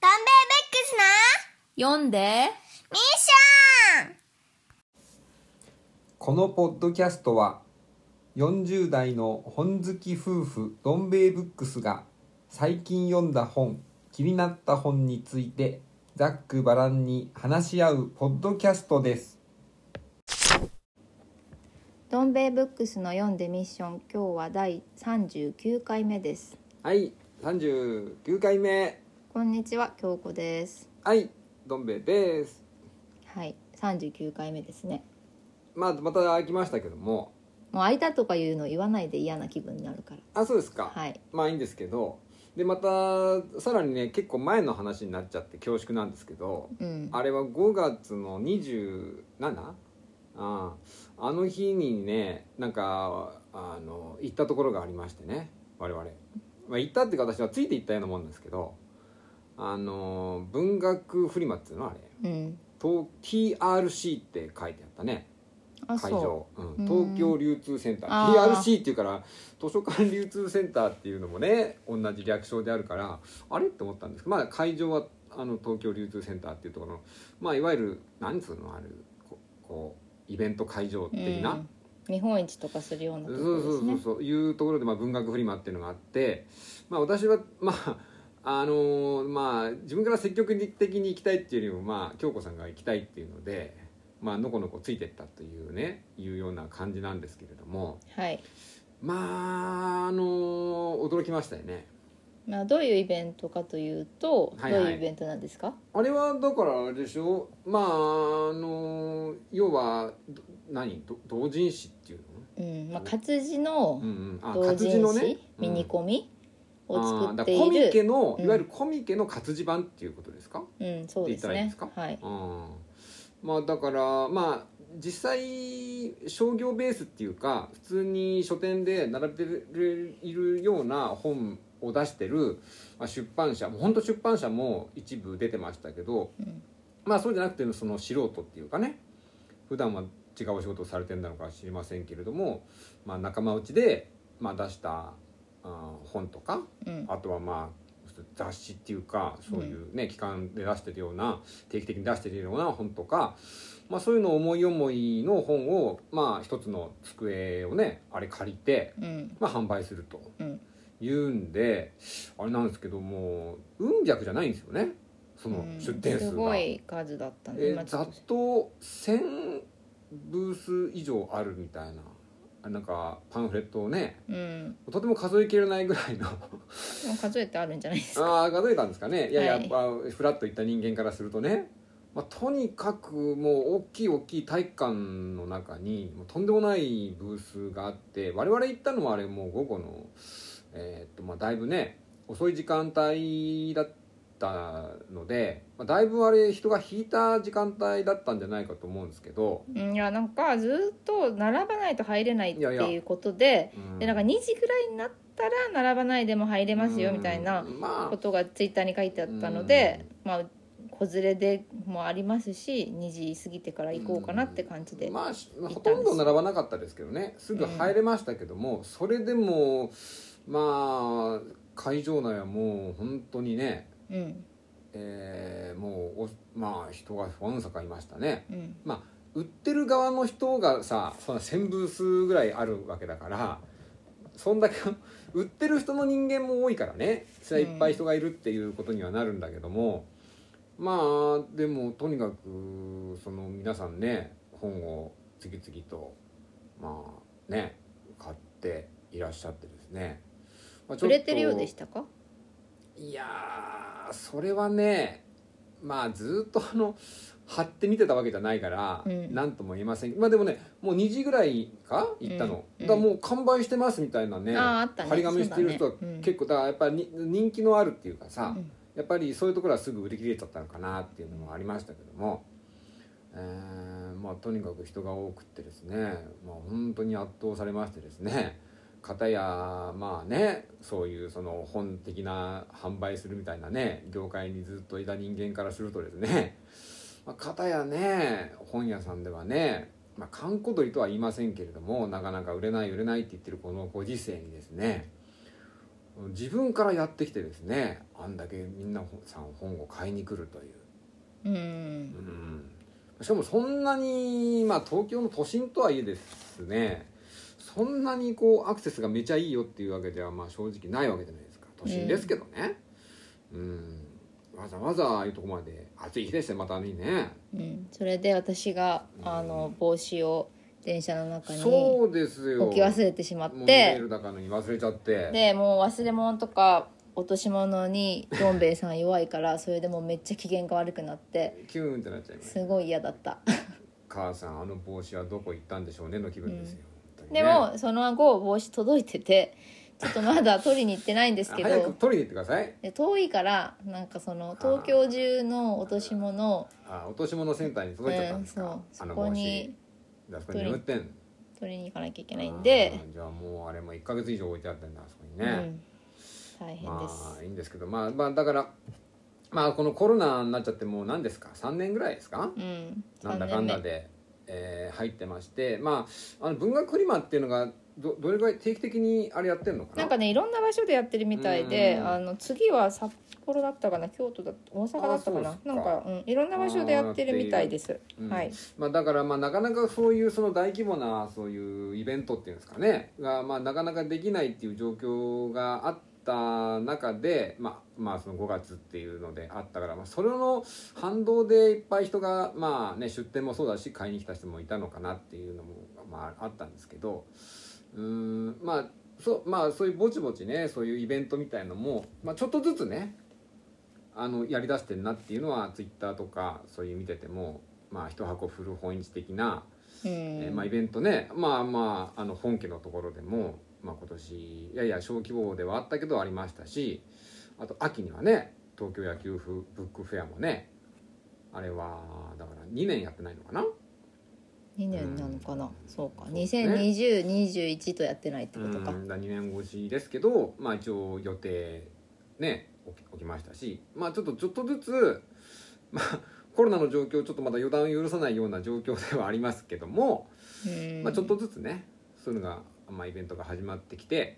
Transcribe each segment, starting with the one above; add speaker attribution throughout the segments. Speaker 1: ダンベー
Speaker 2: 読んで
Speaker 1: ベックスなミッション
Speaker 3: このポッドキャストは40代の本好き夫婦どん兵衛ブックスが最近読んだ本気になった本についてざっくばらんに話し合うポッドキャストです
Speaker 4: どん兵衛ブックスの読んでミッション今日は第39回目です
Speaker 3: はい39回目
Speaker 4: こんにちは京子です
Speaker 3: はいどん兵衛です
Speaker 4: はい39回目ですね
Speaker 3: まあまた来ましたけども
Speaker 4: もう空いたとか言うの言わないで嫌な気分になるか
Speaker 3: あそうですから
Speaker 4: はい
Speaker 3: まあいいんですけどでまたさらにね結構前の話になっちゃって恐縮なんですけど
Speaker 4: うん
Speaker 3: あれは5月の 27? あああの日にねなんかあの行ったところがありましてね我々、まあ、行ったっていうか私はついて行ったようなもんですけどあの文学フリマっていうのあれ
Speaker 4: うん
Speaker 3: 東 TRC って書いてあったね
Speaker 4: あ
Speaker 3: 会
Speaker 4: そ
Speaker 3: 場、うん、
Speaker 4: うん
Speaker 3: 東京流通センター
Speaker 4: あー
Speaker 3: TRC っていうから図書館流通センターっていうのもね同じ略称であるからあれって思ったんですけどまあ会場はあの東京流通センターっていうところのまあいわゆる何つうのあるここうイベント会場
Speaker 4: う、う
Speaker 3: 的な、
Speaker 4: ん、見本市とかするような
Speaker 3: そ
Speaker 4: と
Speaker 3: う
Speaker 4: ころで
Speaker 3: そうそう
Speaker 4: すね
Speaker 3: そういうところでまあ文学フリマっていうのがあって、まあ、私はまああのーまあ自分から積極的に行きたいっていうよりもまあ京子さんが行きたいっていうので、まあのこのこついてったというねいうような感じなんですけれども
Speaker 4: はい
Speaker 3: まああのー驚きましたよね。
Speaker 4: まあどういうイベントかというと、
Speaker 3: はいはい
Speaker 4: どういうイベントなんですか
Speaker 3: あれはだからあれでしょまああのー要はど何ど同人誌っていう
Speaker 4: うんまあ活字の
Speaker 3: の、うんうん、あ
Speaker 4: 同
Speaker 3: 活字
Speaker 4: 人
Speaker 3: の
Speaker 4: 誌、
Speaker 3: ね
Speaker 4: ミニコミを
Speaker 3: あ
Speaker 4: 作
Speaker 3: ー
Speaker 4: っ
Speaker 3: だ
Speaker 4: て
Speaker 3: からコミ
Speaker 4: い
Speaker 3: ケ
Speaker 4: る
Speaker 3: の、
Speaker 4: うん
Speaker 3: いわゆるコミケの活字版っていうことですか
Speaker 4: うんそうですね
Speaker 3: って言ったらいいんですか
Speaker 4: はい
Speaker 3: うんまあだからまあ実際商業ベースっていうか普通に書店で並べているような本を出してるまあ出版社もう本当出版社も一部出てましたけど、
Speaker 4: うん
Speaker 3: まあそうじゃなくてその素人っていうかね普段は違うお仕事をされてるのかは知りませんけれども、まあ、仲間内で、まあ、出したあー本とか
Speaker 4: うん
Speaker 3: あとはまあ雑誌っていうかそういうね、期間で出してるような定期的に出してるような本とか、まあ、そういうの思い思いの本をまあ一つの机をねあれ借りて、
Speaker 4: うん
Speaker 3: まあ、販売すると
Speaker 4: うん
Speaker 3: いうんであれなんですけども運逆じゃないんですよねその
Speaker 4: うん
Speaker 3: 出店数
Speaker 4: す
Speaker 3: が。
Speaker 4: ごい数だったね
Speaker 3: え
Speaker 4: 今
Speaker 3: ー
Speaker 4: ち
Speaker 3: ざ
Speaker 4: ょ
Speaker 3: っ
Speaker 4: っと
Speaker 3: と1,000ブース以上あるみたいなあなんかパンフレットをね
Speaker 4: うん
Speaker 3: とても数えきれないぐらいの。
Speaker 4: もう数えてあるんじゃないですか。
Speaker 3: ああ数えたんですかねいやいや、
Speaker 4: はい
Speaker 3: まあフラッといった人間からするとね、まあ、とにかくもう大きい大きい体育館の中にもうとんでもないブースがあって我々行ったのはあれもう午後のえーっとまあだいぶね遅い時間帯だったので、まあ、だいぶあれ人が引いた時間帯だったんじゃないかと思うんですけど、
Speaker 4: うんいやなんかずっと並ばないと入れないって
Speaker 3: いやいや
Speaker 4: いうことで
Speaker 3: うん
Speaker 4: でなんか2時ぐらいになったら並ばないでも入れますよみたいな
Speaker 3: うんま
Speaker 4: ことがツイッターに書いてあったので、まあ子連れでもありますし2時過ぎてから行こうかなって感じで、
Speaker 3: まあしまあ
Speaker 4: 行
Speaker 3: ほ
Speaker 4: ったん
Speaker 3: と
Speaker 4: です
Speaker 3: んど並ばなかったですけどねすぐ入れましたけども、それでもまあ会場内はもう本当にね、
Speaker 4: うん
Speaker 3: えーもうおまあ人がわんさかいましたね
Speaker 4: うん
Speaker 3: 売ってる側の人がさそんな1000ブースぐらいあるわけだからそんだけ売ってる人の人間も多いからねそれはいっぱい人がいるっていうことにはなるんだけども、まあでもとにかくその皆さんね本を次々とまあね買っていらっしゃってですね、まあ、ちょ
Speaker 4: 売
Speaker 3: っと
Speaker 4: れてるようでしたか
Speaker 3: いやーそれはねまあずーっとあの貼って見てたわけじゃないから
Speaker 4: うん
Speaker 3: 何、とも言えませんまあでもねもう2時ぐらいか行ったの、
Speaker 4: うん
Speaker 3: だからもう完売してますみたいなね
Speaker 4: あーあったね
Speaker 3: 張り紙してる人は
Speaker 4: そうだねうん
Speaker 3: 結構だからやっぱりに人気のあるっていうかさ、
Speaker 4: うん
Speaker 3: やっぱりそういうところはすぐ売り切れちゃったのかなっていうのもありましたけども、えーまあ、とにかく人が多くってですね、まあ、本当に圧倒されましてですね片やまあねそういうその本的な販売するみたいなね業界にずっといた人間からするとですね、まあ、片やね本屋さんではねまあ、閑古鳥とは言いませんけれどもなかなか売れない売れないって言ってるこのご時世にですね自分からやってきてですねあんだけみんなさん本を買いに来ると
Speaker 4: う
Speaker 3: いう
Speaker 4: ん
Speaker 3: うんしかもそんなに、まあ、東京の都心とはいえですねそんなにこうアクセスがめちゃいいよっていうわけではまあ正直ないわけじゃないですか都心ですけどね、うん、わざわざああいうとこまで暑い日でしたよまたあの日ね
Speaker 4: うんそれで私が
Speaker 3: うん
Speaker 4: あの帽子を電車の中に置
Speaker 3: そうですよ
Speaker 4: き忘れてしまっ
Speaker 3: もうメー
Speaker 4: て
Speaker 3: ルだかのに忘れちゃって
Speaker 4: でもう忘れ物とか落とし物にどん兵衛さん弱い からそれでもうめっちゃ機嫌が悪くなって
Speaker 3: キューンってなっちゃいます
Speaker 4: すごい嫌だった
Speaker 3: 母さんあの帽子はどこ行ったんでしょうねの気分ですよ、本当に
Speaker 4: で
Speaker 3: ね
Speaker 4: もその後帽子届いててちょっとまだ取りに行ってないんですけ
Speaker 3: 早く
Speaker 4: ど
Speaker 3: 取りに行ってください
Speaker 4: で遠いからなんかその東京中の落とし物を
Speaker 3: あ落とし物センターに届いちゃったんですか、
Speaker 4: うんそう
Speaker 3: あの
Speaker 4: そこ
Speaker 3: 帽
Speaker 4: に
Speaker 3: 子あそこに眠ってん
Speaker 4: 取りに行かなきゃいけないんで、
Speaker 3: あーじゃあもうあれも1か月以上置いてあったんだあそこに
Speaker 4: う
Speaker 3: ね、
Speaker 4: ん、大変で
Speaker 3: ますあいいんですけどまあまあだからまあこのコロナになっちゃってもう何ですか3年ぐらいですか、
Speaker 4: うん
Speaker 3: なんだかんだで、えー入ってましてまああの文学フリマっていうのがどどれぐらい定期的にあれやってるのかな
Speaker 4: なんかねいろんな場所でやってるみたいで、
Speaker 3: うん
Speaker 4: あの次は札幌だったかな京都だった大阪だったかな
Speaker 3: あそうで
Speaker 4: な
Speaker 3: すか
Speaker 4: んか、うん、いろんな場所でやってるみたいです、
Speaker 3: うん
Speaker 4: はい、
Speaker 3: まあ、だからまあなかなかそういうその大規模なそういうイベントっていうんですかねがまあなかなかできないっていう状況があった中で、まあ、まあその5月っていうのであったから、まあ、それの反動でいっぱい人がまあね出店もそうだし買いに来た人もいたのかなっていうのもまああったんですけどうーんまあそうまあそういうぼちぼちねそういうイベントみたいのも、まあ、ちょっとずつねあのやりだしてんなっていうのはツイッターとかそういう見ててもまあ一箱古本市的な、
Speaker 4: うん
Speaker 3: えーまあ、イベントねまあまああの本家のところでも、まあ、今年やや小規模ではあったけどありましたしあと秋にはね東京野球フブックフェアもねあれはだから2年やってないのかな
Speaker 4: 2年なのかな、そうか
Speaker 3: そうですね
Speaker 4: 202021とやってないってことか、
Speaker 3: うんだ2年越しですけど、まあ、一応予定ね起き起きましたし、まあ、ちょっとちょっとずつ、まあ、コロナの状況ちょっとまだ予断を許さないような状況ではありますけども、
Speaker 4: うん
Speaker 3: まあ、ちょっとずつねそういうのが、まあ、イベントが始まってきて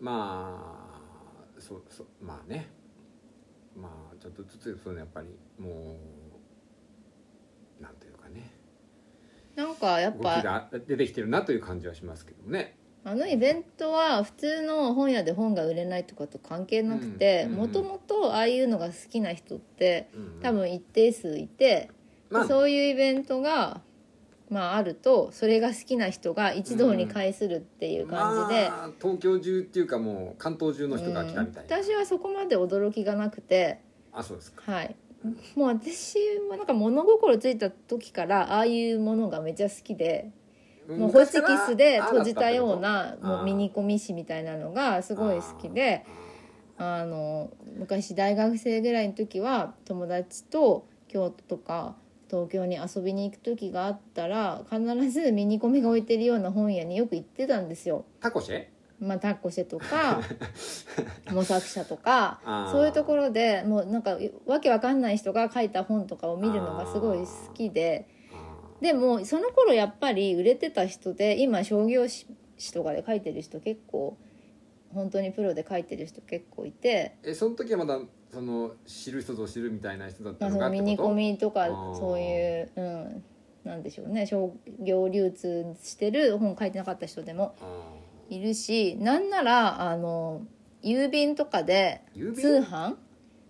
Speaker 3: まあそうそうまあねまあちょっとずつそういうのやっぱりもうなんというかね
Speaker 4: なんかやっ
Speaker 3: 動き
Speaker 4: ぱ
Speaker 3: が出てきてるなという感じはしますけどもね。
Speaker 4: あのイベントは普通の本屋で本が売れないとかと関係なくて
Speaker 3: うんうん
Speaker 4: もともとああいうのが好きな人って
Speaker 3: うん
Speaker 4: 多分一定数いて、
Speaker 3: まあ
Speaker 4: そういうイベントが、まあ、あるとそれが好きな人が一堂に会するっていう感じで、
Speaker 3: まあ、東京中っていうかもう関東中の人が来たみたいな、
Speaker 4: うん私はそこまで驚きがなくて、
Speaker 3: あそうですか
Speaker 4: はい、もう私もなんか物心ついた時からああいうものがめちゃ好きで、もうホチキスで閉じたようなもうミニコミ誌みたいなのがすごい好きで。あの昔大学生ぐらいの時は友達と京都とか東京に遊びに行く時があったら必ずミニコミが置いてるような本屋によく行ってたんですよ。
Speaker 3: タコシェ
Speaker 4: まあ、タッコシェと か模索者とか
Speaker 3: あー
Speaker 4: そういうところでもうなんかわけわかんない人が書いた本とかを見るのがすごい好きででもその頃やっぱり売れてた人で今商業誌誌とかで書いてる人結構本当にプロで書いてる人結構いて
Speaker 3: えその時はまだその知る人ぞ知るみたいな人だっ
Speaker 4: ま
Speaker 3: た
Speaker 4: あ、
Speaker 3: の
Speaker 4: そ
Speaker 3: が
Speaker 4: の
Speaker 3: って
Speaker 4: ミ
Speaker 3: こと
Speaker 4: ニコミとか
Speaker 3: あー
Speaker 4: そういう、うん、なんでしょうね商業流通してる本書いてなかった人でも
Speaker 3: あ
Speaker 4: いるしなんならあの郵便とかで
Speaker 3: 郵便
Speaker 4: 通販
Speaker 3: ー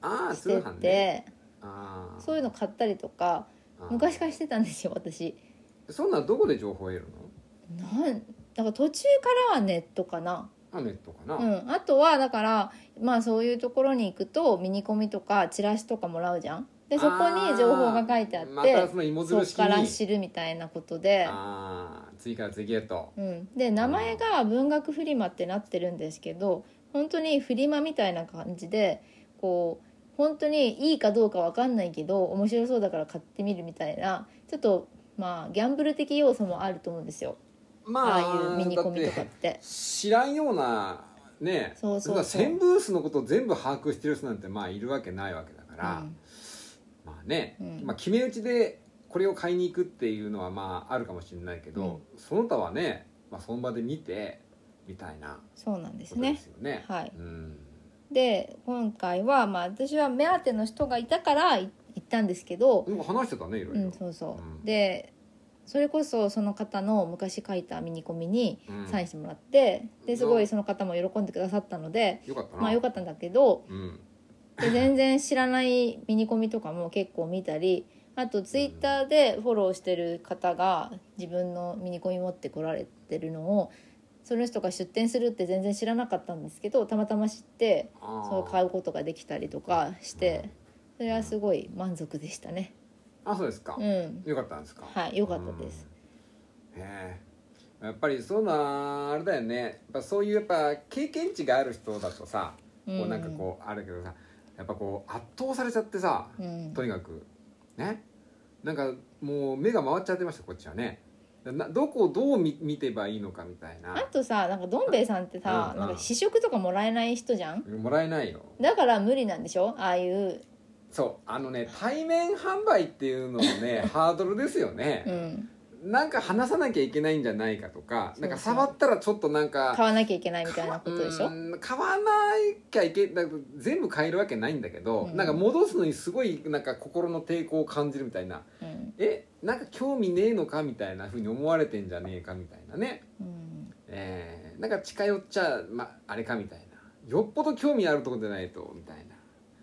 Speaker 3: あー
Speaker 4: し
Speaker 3: 通
Speaker 4: て
Speaker 3: 販
Speaker 4: て、
Speaker 3: ねあー
Speaker 4: そういうの買ったりとか
Speaker 3: あー
Speaker 4: 昔からしてたんですよ私
Speaker 3: そんなんどこで情報を得るの
Speaker 4: なんだから途中からはネットかな
Speaker 3: あネットかな、
Speaker 4: うん、あとはだからまあそういうところに行くとミニコミとかチラシとかもらうじゃんでそこに情報が書いてあって
Speaker 3: またその芋づ
Speaker 4: そ
Speaker 3: る
Speaker 4: っ
Speaker 3: 式に
Speaker 4: から知るみたいなことで、
Speaker 3: あー次から次へと
Speaker 4: うん、で名前が文学フリマってなってるんですけど本当にフリマみたいな感じでこう本当にいいかどうかわかんないけど面白そうだから買ってみるみたいなちょっとまあギャンブル的要素もあると思うんですよ
Speaker 3: ま
Speaker 4: あ
Speaker 3: あ
Speaker 4: あいうミニコミとか
Speaker 3: だ
Speaker 4: っ
Speaker 3: って
Speaker 4: て。
Speaker 3: 知らんようなね
Speaker 4: そうそうそう
Speaker 3: 1000ブースのことを全部把握してる人なんてまあいるわけないわけだから、
Speaker 4: うん
Speaker 3: まあね、
Speaker 4: うん
Speaker 3: まあ、決め打ちでこれを買いに行くっていうのはまああるかもしれないけど、その他はね、まあ、その場で見てみたいな
Speaker 4: そうなんで
Speaker 3: こ
Speaker 4: す
Speaker 3: とで
Speaker 4: ね
Speaker 3: すよね。
Speaker 4: はい
Speaker 3: うん
Speaker 4: で今回は、まあ、私は目当ての人がいたからい行ったんですけど、
Speaker 3: なんか話してたねいろ
Speaker 4: う
Speaker 3: いろ
Speaker 4: ん、。そうそう、
Speaker 3: うん
Speaker 4: でそれこそその方の昔書いたミニコミに
Speaker 3: うん
Speaker 4: サインしてもらって、
Speaker 3: う
Speaker 4: で
Speaker 3: ん
Speaker 4: すごいその方も喜んでくださったので、
Speaker 3: よかったな。
Speaker 4: まあよかったんだけど
Speaker 3: うん。
Speaker 4: で全然知らないミニコミとかも結構見たりあとツイッターでフォローしてる方が自分のミニコミ持ってこられてるのをその人が出店するって全然知らなかったんですけどたまたま知ってそ
Speaker 3: そう
Speaker 4: 買うことができたりとかしてそれはすごい満足でしたね
Speaker 3: あそうですか。
Speaker 4: うん
Speaker 3: よかったんですか。
Speaker 4: はい良かったです
Speaker 3: うん。へえ。やっぱりそうなあれだよね。やっぱそういうやっぱ経験値がある人だとさ、
Speaker 4: うん
Speaker 3: こうなんかこうあるけどさ、やっぱこう圧倒されちゃってさ、
Speaker 4: うん
Speaker 3: とにかくね、なんかもう目が回っちゃってましたこっちはね。などこをどう見見てばいいのかみたい
Speaker 4: あ
Speaker 3: な。
Speaker 4: とさなんかどん兵衛さんってさ
Speaker 3: うん
Speaker 4: なんか試食とかもらえない人じゃん
Speaker 3: もらえないよ。
Speaker 4: だから無理なんでしょああいう
Speaker 3: そうあのね対面販売っていうのも ねハードルですよ
Speaker 4: う
Speaker 3: ね、
Speaker 4: ん
Speaker 3: なんか話さなきゃいけないんじゃないかとか
Speaker 4: そうそう
Speaker 3: なんか触ったらちょっとなんか
Speaker 4: 買わなきゃいけないみたいなことでしょ
Speaker 3: うん買わなきゃいけだから全部買えるわけないんだけど、
Speaker 4: うん
Speaker 3: なんか戻すのにすごいなんか心の抵抗を感じるみたいな
Speaker 4: うん
Speaker 3: えなんか興味ねえのかみたいなふうに思われてんじゃねえかみたいなね、
Speaker 4: うん
Speaker 3: えーなんか近寄っちゃ、ま、あれかみたいなよっぽど興味あるとこでないとみたい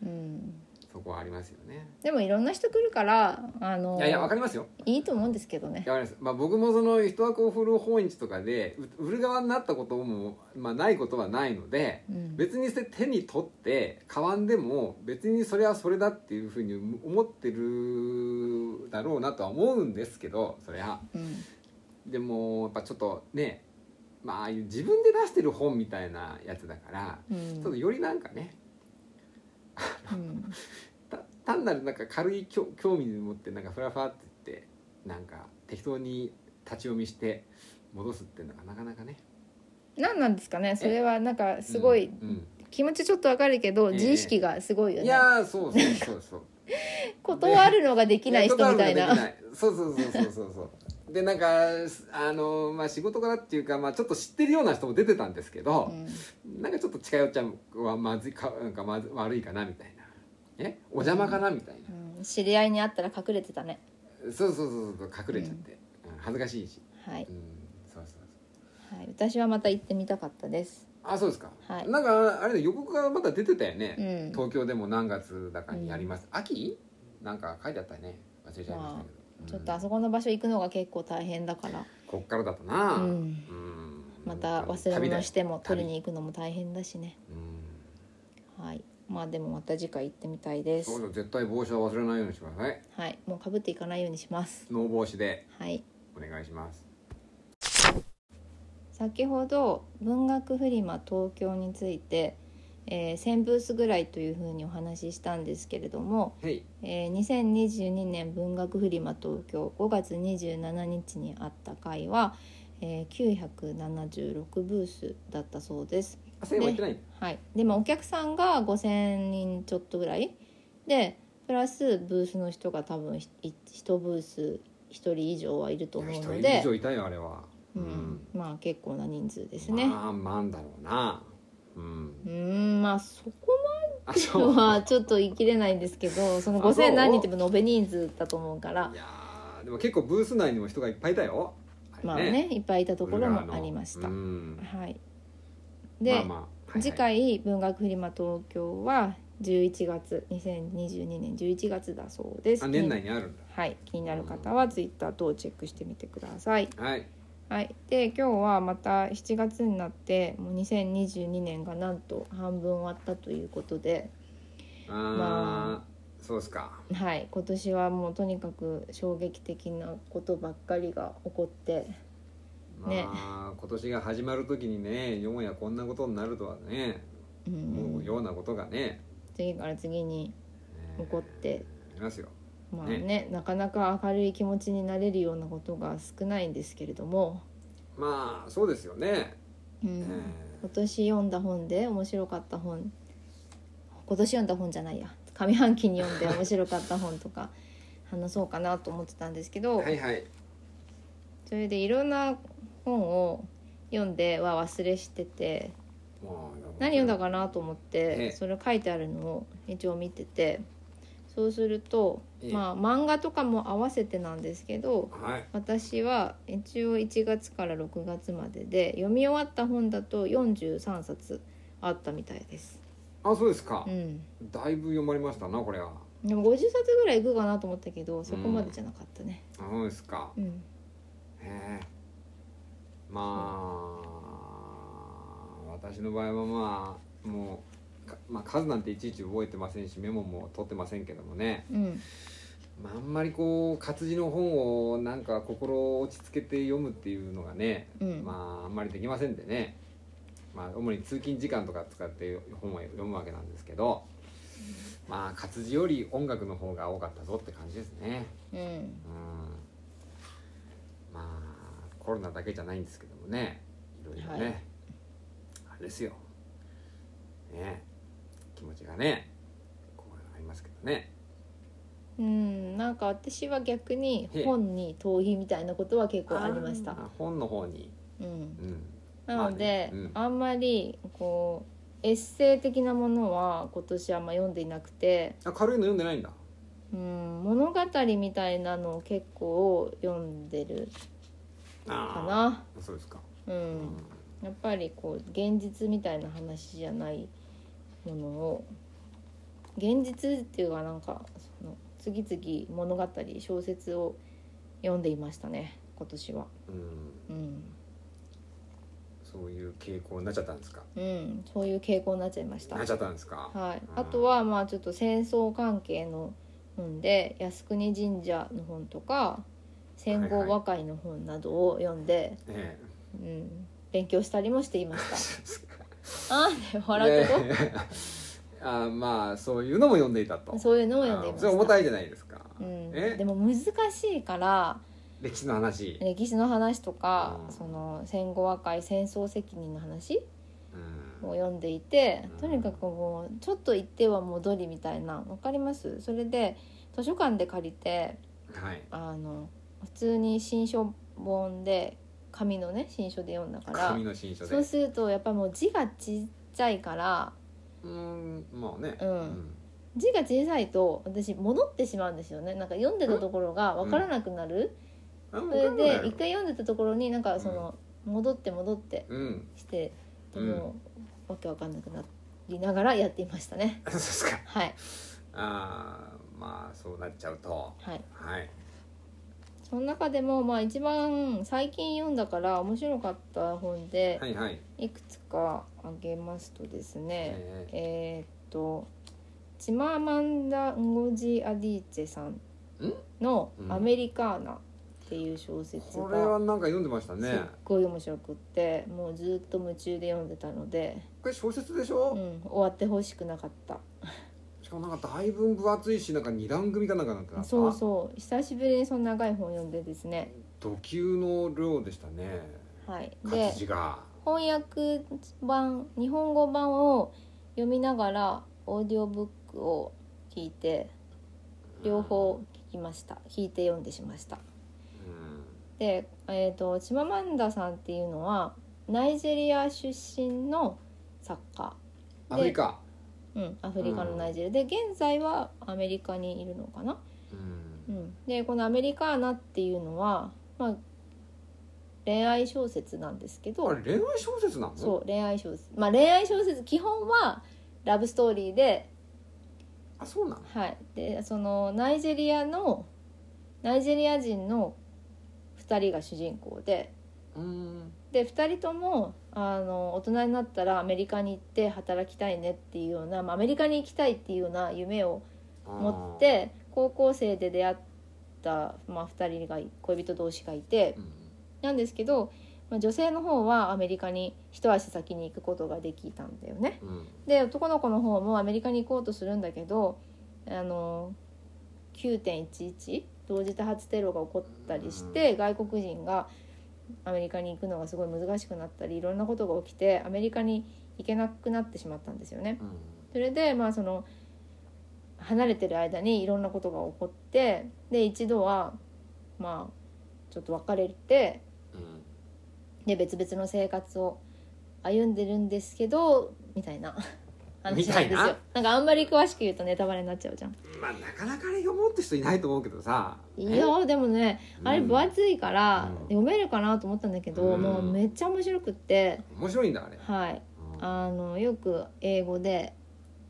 Speaker 3: な
Speaker 4: うん
Speaker 3: そこはありますよね
Speaker 4: でもいろんな人来るからあの
Speaker 3: いやいやわかりますよ
Speaker 4: いいと思うんですけどね
Speaker 3: わかります、まあ、僕もその人はこう振る本市とかでう売る側になったことも、まあ、ないことはないので
Speaker 4: うん
Speaker 3: 別にして手に取って買わんでも別にそれはそれだっていうふうに思ってるだろうなとは思うんですけどそりゃ
Speaker 4: うん
Speaker 3: でもやっぱちょっとねまあああいう自分で出してる本みたいなやつだから
Speaker 4: うん
Speaker 3: ちょっとよりなんかね
Speaker 4: うん
Speaker 3: た単なるなんか軽い興興味に持ってなんかフラフラって言ってなんか適当に立ち読みして戻すっていうのがなかなかね
Speaker 4: 何なんですかねそれはなんかすごい
Speaker 3: うん
Speaker 4: 気持ちちょっとわかるけど、
Speaker 3: ええ
Speaker 4: 自意識がすごいよ
Speaker 3: い
Speaker 4: ね
Speaker 3: やーそうそうそう そう
Speaker 4: 断るのができない人みたい
Speaker 3: や断
Speaker 4: な
Speaker 3: るのできないそうそうそうそうそうそうでなんかあのまあ仕事からっていうか、まあ、ちょっと知ってるような人も出てたんですけど、なんかちょっと近寄っちゃうはまずいかなんかまず悪いかなみたいなえお邪魔かなみたいな、
Speaker 4: うんうん知り合いに会ったら隠れてたね
Speaker 3: そうそうそうそう隠れちゃって、うん恥ずかしいし、
Speaker 4: はい、
Speaker 3: うん、そうそうそう
Speaker 4: はい、私はまた行ってみたかったです
Speaker 3: あそうですか、
Speaker 4: はい
Speaker 3: なんかあれだ予告がまだ出てたよね、
Speaker 4: うん
Speaker 3: 東京でも何月だかにやります、秋なんか書いてあったよね忘れちゃいましたけど、うん
Speaker 4: ちょっとあそこの場所行くのが結構大変だから、
Speaker 3: こっからだとな、
Speaker 4: うん
Speaker 3: うん
Speaker 4: また忘れ
Speaker 3: 旅だ
Speaker 4: 物
Speaker 3: よ
Speaker 4: しても取りに
Speaker 3: 旅
Speaker 4: 行くのも大変だしね
Speaker 3: うん
Speaker 4: はいまあでもまた次回行ってみたいで
Speaker 3: そう
Speaker 4: す
Speaker 3: だ絶対帽子は忘れないようにしてください
Speaker 4: はいもうかぶっていかないようにします
Speaker 3: ノー帽子で
Speaker 4: はい
Speaker 3: お願いします
Speaker 4: 先ほど文学フリマ東京について、えー、1000ブースぐらいというふうにお話ししたんですけれども
Speaker 3: へい
Speaker 4: えー2022年文学フリマ東京5月27日にあった回は、えー976ブースだったそうです。
Speaker 3: あ1000は行ってないんだ
Speaker 4: はい、でもお客さんが5,000人ちょっとぐらいでプラスブースの人が多分1ブース1人以上はいると
Speaker 3: いや
Speaker 4: 思う
Speaker 3: 一
Speaker 4: の
Speaker 3: 人以
Speaker 4: で
Speaker 3: 上、いたよあれは
Speaker 4: うん、まあ結構な人数ですね。
Speaker 3: まあまあんだろうなうん
Speaker 4: うーんまあそこ
Speaker 3: あ
Speaker 4: ま
Speaker 3: そう
Speaker 4: ではちょっと言い切れないんですけどその
Speaker 3: あそう
Speaker 4: 5,000何人っても延べ人数だと思うから
Speaker 3: いやーでも結構ブース内にも人がいっぱいいたよれ
Speaker 4: まあねいっぱいいたところもありました。
Speaker 3: うん
Speaker 4: はい、で、
Speaker 3: まあまあはいはい
Speaker 4: 次回文学フリマ東京は11月2022年11月だそうです。
Speaker 3: あ年内にあるんだ
Speaker 4: はい、気になる方はツイッター等をチェックしてみてください。
Speaker 3: はい
Speaker 4: はい、で今日はまた7月になってもう2022年がなんと半分終わったということで、
Speaker 3: あー、
Speaker 4: ま
Speaker 3: そうですか
Speaker 4: はい、今年はもうとにかく衝撃的なことばっかりが起こって
Speaker 3: まあ、
Speaker 4: ね
Speaker 3: 今年が始まる時にねよもやこんなことになるとはね
Speaker 4: うん
Speaker 3: 思うようなことがね、
Speaker 4: 次から次に
Speaker 3: えー
Speaker 4: 起こって
Speaker 3: ありますよ
Speaker 4: まあね
Speaker 3: ね
Speaker 4: なかなか明るい気持ちになれるようなことが少ないんですけれども、
Speaker 3: まあそうですよね、
Speaker 4: うん
Speaker 3: え
Speaker 4: 今年読んだ本で面白かった本今年読んだ本じゃないや上半期に読んで面白かった本とか 話そうかなと思ってたんですけど、
Speaker 3: ーはいはい
Speaker 4: それでいろんな本を読んでは忘れしてて何読んだかなと思っ
Speaker 3: ね
Speaker 4: てそれ書いてあるのを一応見ててそうすると
Speaker 3: ええ
Speaker 4: まあ漫画とかも合わせてなんですけど
Speaker 3: はい
Speaker 4: 私は一応1月から6月までで読み終わった本だと43冊あったみたいです。
Speaker 3: あそうですか、
Speaker 4: うん
Speaker 3: だいぶ読まれましたなこれは
Speaker 4: でも50冊ぐらいいくかなと思ったけどそこまでじゃなかったね。
Speaker 3: あそうですか
Speaker 4: うん、
Speaker 3: へえまあ私の場合はまあもうかまあ、数なんていちいち覚えてませんしメモも取ってませんけどもね、
Speaker 4: うん、
Speaker 3: まあ、あんまりこう活字の本をなんか心を落ち着けて読むっていうのがね、
Speaker 4: うん
Speaker 3: まああんまりできませんでね、まあ、主に通勤時間とか使って本を読むわけなんですけどまあ活字より音楽の方が多かったぞって感じですね。
Speaker 4: うん、
Speaker 3: うんまあコロナだけじゃないんですけどもねいろいろね、
Speaker 4: はい
Speaker 3: あれですよね気持ちがねこうありますけどね
Speaker 4: うん、なんか私は逆に本に逃避みたいなことは結構ありました。
Speaker 3: あ本の方に、
Speaker 4: うん
Speaker 3: う、ん、
Speaker 4: なので、
Speaker 3: まあねうん
Speaker 4: あんまりこうエッセイ的なものは今年あんま読んでいなくて、
Speaker 3: あ軽いの読んでないんだ
Speaker 4: うん、物語みたいなのを結構読んでるか
Speaker 3: あ
Speaker 4: な。
Speaker 3: あそうですか、
Speaker 4: う、
Speaker 3: うん
Speaker 4: やっぱりこう現実みたいな話じゃないものを現実っていうかなんかその次々物語小説を読んでいましたね今年は。
Speaker 3: うん、
Speaker 4: うん
Speaker 3: そういう傾向になっちゃったんですか
Speaker 4: うん、そういう傾向になっちゃいました。
Speaker 3: なっちゃったんですか、
Speaker 4: はい、
Speaker 3: うん
Speaker 4: あとはまあちょっと戦争関係の本で靖国神社の本とか戦後和解の本などを読んで、
Speaker 3: ええ
Speaker 4: うん、勉強したりもしていまし
Speaker 3: そうですか
Speaker 4: たあーで笑うとこ、
Speaker 3: ねえあまあそういうのも読んでいたと
Speaker 4: そういうのを読んでいま
Speaker 3: あ
Speaker 4: し
Speaker 3: そ
Speaker 4: た
Speaker 3: れ重たいじゃないですか、
Speaker 4: うん、
Speaker 3: え
Speaker 4: でも難しいから
Speaker 3: 歴史の話、
Speaker 4: 歴史の話とか、
Speaker 3: うん
Speaker 4: その戦後和解戦争責任の話
Speaker 3: うん
Speaker 4: を読んでいて、
Speaker 3: うん
Speaker 4: とにかくもうちょっと行っては戻りみたいなわかりますそれで図書館で借りて
Speaker 3: はい
Speaker 4: あの普通に新書本で紙のね新書で読んだから
Speaker 3: 紙の新書で
Speaker 4: そうするとやっぱもう字がちっちゃいから
Speaker 3: うーんまあね
Speaker 4: うん字が小さいと私戻ってしまうんですよねなんか読んでたところが分からなくなる、
Speaker 3: あ
Speaker 4: それ
Speaker 3: わかん
Speaker 4: で
Speaker 3: ない
Speaker 4: 一回読んでたところになんかその、戻って戻って
Speaker 3: うん
Speaker 4: して
Speaker 3: うん
Speaker 4: もう、わけわかんなくなりながらやっていましたね
Speaker 3: そうですか
Speaker 4: はい
Speaker 3: あーまあそうなっちゃうと
Speaker 4: はい
Speaker 3: はい
Speaker 4: その中でもまあ一番最近読んだから面白かった本で、
Speaker 3: はいはい
Speaker 4: いくつかあげますとですね、えーっ
Speaker 3: え
Speaker 4: とチマーマンダ・ンゴジ・アディーチェさんの「
Speaker 3: うん
Speaker 4: アメリカーナ」っていう小
Speaker 3: ー
Speaker 4: 説
Speaker 3: これ
Speaker 4: が
Speaker 3: はなんか読んでました
Speaker 4: す
Speaker 3: ね
Speaker 4: っごい面白くってもうずっと夢中で読んでたので、
Speaker 3: これ小説でし
Speaker 4: う
Speaker 3: ょ、
Speaker 4: ん、終わってほしくなかった
Speaker 3: しかもなんかだいぶ分厚いしなんか二段組かなんかなんてなった
Speaker 4: そうそう久しぶりにその長い本読んでですね
Speaker 3: 土級の量でしたね
Speaker 4: はいで
Speaker 3: 活字が
Speaker 4: 翻訳版日本語版を読みながらオーディオブックを聞いて両方聞きました聞いて読んでしました
Speaker 3: うん
Speaker 4: で、えー、とチママンダさんっていうのはナイジェリア出身の作家、
Speaker 3: アフリカ
Speaker 4: うん、アフリカのナイジェリアで現在はアメリカにいるのかな、
Speaker 3: うん
Speaker 4: うん、でこの「アメリカーナ」っていうのは、まあ、恋愛小説なんですけ
Speaker 3: あ
Speaker 4: ど
Speaker 3: れ恋愛小説なの
Speaker 4: そう恋愛小説まあ恋愛小説基本はラブストーリーで
Speaker 3: あそうなの
Speaker 4: はい、でそのナイジェリアのナイジェリア人の2人が主人公で
Speaker 3: うん
Speaker 4: で2人ともあの大人になったらアメリカに行って働きたいねっていうような、まあ、アメリカに行きたいっていうような夢を持って高校生で出会った、まあ、2人が恋人同士がいて
Speaker 3: うん
Speaker 4: なんですけど、まあ、女性の方はアメリカに一足先に行くことができたんだよね。
Speaker 3: うん
Speaker 4: で男の子の方もアメリカに行こうとするんだけどあの9.11同時多発テロが起こったりして、外国人がアメリカに行くのがすごい難しくなったりいろんなことが起きてアメリカに行けなくなってしまったんですよね。それでまあその離れてる間にいろんなことが起こってで一度はまあちょっと別れて
Speaker 3: うん
Speaker 4: でで別々の生活を歩んでるんですけどみたい な話なんです
Speaker 3: み
Speaker 4: よ
Speaker 3: たい
Speaker 4: な
Speaker 3: なん
Speaker 4: かあんまり詳しく言うとネタバレになっちゃうじゃん
Speaker 3: まあなかなかあれ読もうって人いないと思うけどさ
Speaker 4: いやーでもねあれ分厚いから
Speaker 3: うん
Speaker 4: 読めるかなと思ったんだけど、
Speaker 3: うん
Speaker 4: もうめっちゃ面白くって
Speaker 3: 面白いんだあれ
Speaker 4: はい
Speaker 3: うん
Speaker 4: あのよく英語で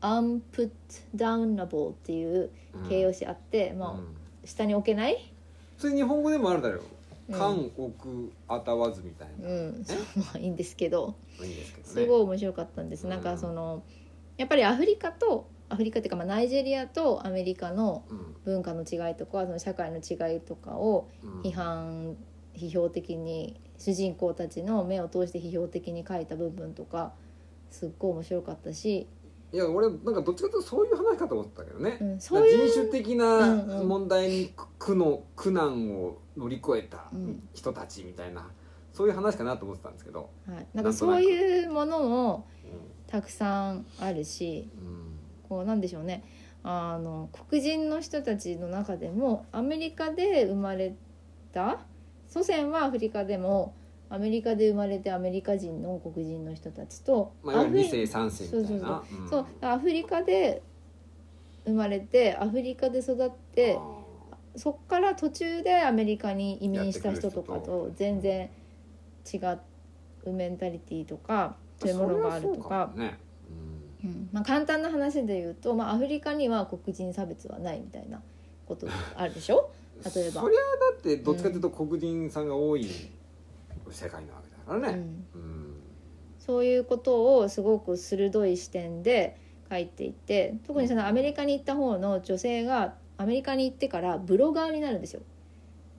Speaker 4: 「unputdownable」っていう形容詞あって、
Speaker 3: う
Speaker 4: ま
Speaker 3: ん
Speaker 4: あ下に置けない
Speaker 3: それ日本語でもあるだろう
Speaker 4: うん
Speaker 3: 韓国あたわずみたいな、
Speaker 4: うん、 そうまあいいんですけど
Speaker 3: いいんですけどね
Speaker 4: すごい面白かったんです、なんかそのやっぱりアフリカとアフリカっていうかまあナイジェリアとアメリカの
Speaker 3: うん
Speaker 4: 文化の違いとかその社会の違いとかを
Speaker 3: うん
Speaker 4: 批判批評的に主人公たちの目を通して批評的に書いた部分とかすっごい面白かったし、
Speaker 3: いや俺なんかどっちかというとそういう話かと思ったけどね、
Speaker 4: うん、そういう
Speaker 3: 人種的
Speaker 4: うん
Speaker 3: な
Speaker 4: うん
Speaker 3: 問題に苦の苦難を乗り越えた
Speaker 4: うん
Speaker 3: 人たちみたいな、そういう話かなと思ってたんですけど、
Speaker 4: はい、なんかそういうものも
Speaker 3: う
Speaker 4: たくさんあるし
Speaker 3: んうん
Speaker 4: こうなんでしょうねあの黒人の人たちの中でもアメリカで生まれた祖先はアフリカでもアメリカで生まれてアメリカ人の黒人の人たちと、
Speaker 3: まあ、いわゆ
Speaker 4: ア
Speaker 3: る2
Speaker 4: フリ
Speaker 3: 世3世みたいなうん
Speaker 4: そうアフリカで生まれてアフリカで育って
Speaker 3: あ
Speaker 4: そっから途中でアメリカに移民した人とか
Speaker 3: やってくる人
Speaker 4: と
Speaker 3: と
Speaker 4: 全然違うメンタリティとかそういうものがあると
Speaker 3: それは
Speaker 4: か
Speaker 3: そうもねうん
Speaker 4: うんまあ、簡単な話で言うと、まあ、アフリカには黒人差別はないみたいなことあるでしょ例えば
Speaker 3: そりゃだってどっちかというと黒人さんが多い世界なわけだか
Speaker 4: う
Speaker 3: らね、
Speaker 4: ん
Speaker 3: うん
Speaker 4: そういうことをすごく鋭い視点で書いていて特にそのアメリカに行った方の女性がアメリカに行ってからブロガーになるんですよ。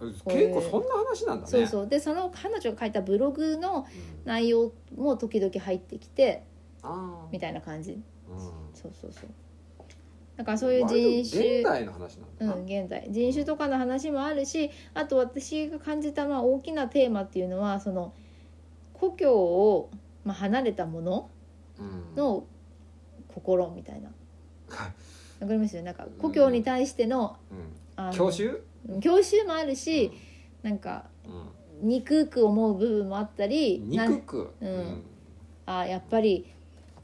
Speaker 3: 結
Speaker 4: ういう
Speaker 3: 構そんな話なんだね
Speaker 4: そうそうでその彼女が書いたブログの
Speaker 3: うん
Speaker 4: 内容も時々入ってきて
Speaker 3: あ
Speaker 4: みたいな感じ
Speaker 3: ーうん
Speaker 4: そうそうそうだからそういう人種
Speaker 3: 割と現代の話なんだ
Speaker 4: う
Speaker 3: な、
Speaker 4: ん、現代人種とかの話もあるしあと私が感じたまあ大きなテーマっていうのはその故郷をまあ離れたもの
Speaker 3: うん
Speaker 4: の心み たいな。
Speaker 3: はい
Speaker 4: わかりますよなんか故郷に対しての,、
Speaker 3: う
Speaker 4: あ
Speaker 3: ん、
Speaker 4: の
Speaker 3: 教習、
Speaker 4: 郷愁もあるし、
Speaker 3: う
Speaker 4: なんか
Speaker 3: ん
Speaker 4: 憎く思う部分もあったり
Speaker 3: うん、
Speaker 4: な
Speaker 3: 憎
Speaker 4: ん
Speaker 3: く、
Speaker 4: うんあやっぱり